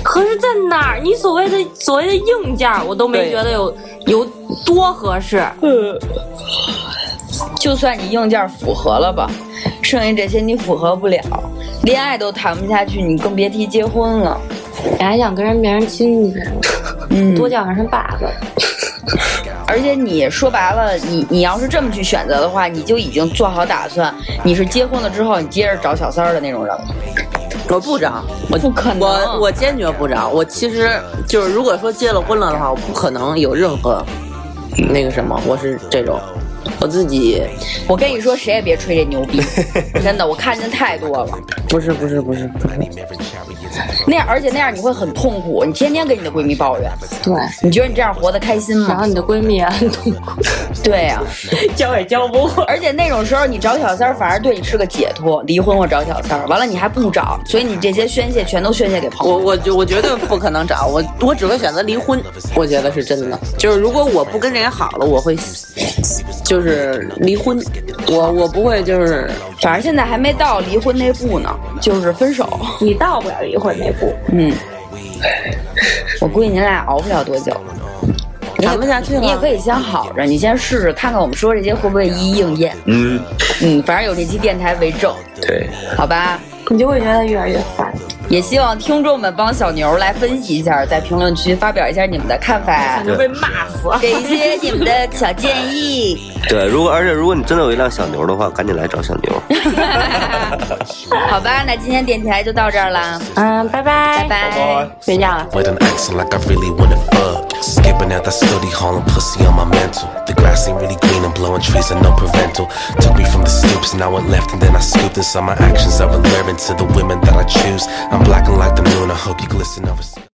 合适在哪儿？你所谓的所谓的硬件儿，我都没对觉得有有多合适。就算你硬件符合了吧，剩下这些你符合不了，恋爱都谈不下去，你更别提结婚了。你还想跟人别人亲戚，嗯多叫上声爸爸。而且你说白了，你你要是这么去选择的话，你就已经做好打算，你是结婚了之后你接着找小三儿的那种人了。我不找，我不可能我我坚决不找。我其实就是，如果说结了婚了的话，我不可能有任何那个什么，我是这种，我自己我跟你说，谁也别吹这牛 *laughs* 逼，真的，我看见太多了。不是不是不是不是，那样，而且那样你会很痛苦，你天天跟你的闺蜜抱怨。对，你觉得你这样活得开心然后吗？你的闺蜜啊，痛苦， *laughs* 对呀、 *laughs* 教也教不会。而且那种时候你找小三儿反而对你是个解脱，离婚或找小三儿，完了你还不找，所以你这些宣泄全都宣泄给朋我友。我就我绝对不可能找，我我只会选择离婚，我觉得是真的。就是如果我不跟这人好了，我会就是离婚，我我不会就是反正现在还没到离婚那步呢，就是分手。你到不了离婚那步。嗯，我估计你俩熬不了多久。谈不下去了。你也可以先好着，你先试试看看我们说这些会不会一一应验。嗯，嗯，反正有这期电台为证，对，好吧？你就会觉得越来越烦。也希望听众们帮小牛来分析一下，在评论区发表一下你们的看法，就被骂死。给一些你们的小建议，对，如果而且如果你真的有一辆小牛的话，赶紧来找小牛。好吧？那今天电台就到这儿啦，嗯，拜拜，拜拜。睡觉了。 with an accent like I really wanna bug. Skipping out the study hall and pussy on my mental. The grass ain't really green, I'm blowing trees and no parental. Took me from the stoops and I went left and then I scooped and saw my actions. I were luring to the women that I choose. I'm black and like the moon, I hope you glisten over.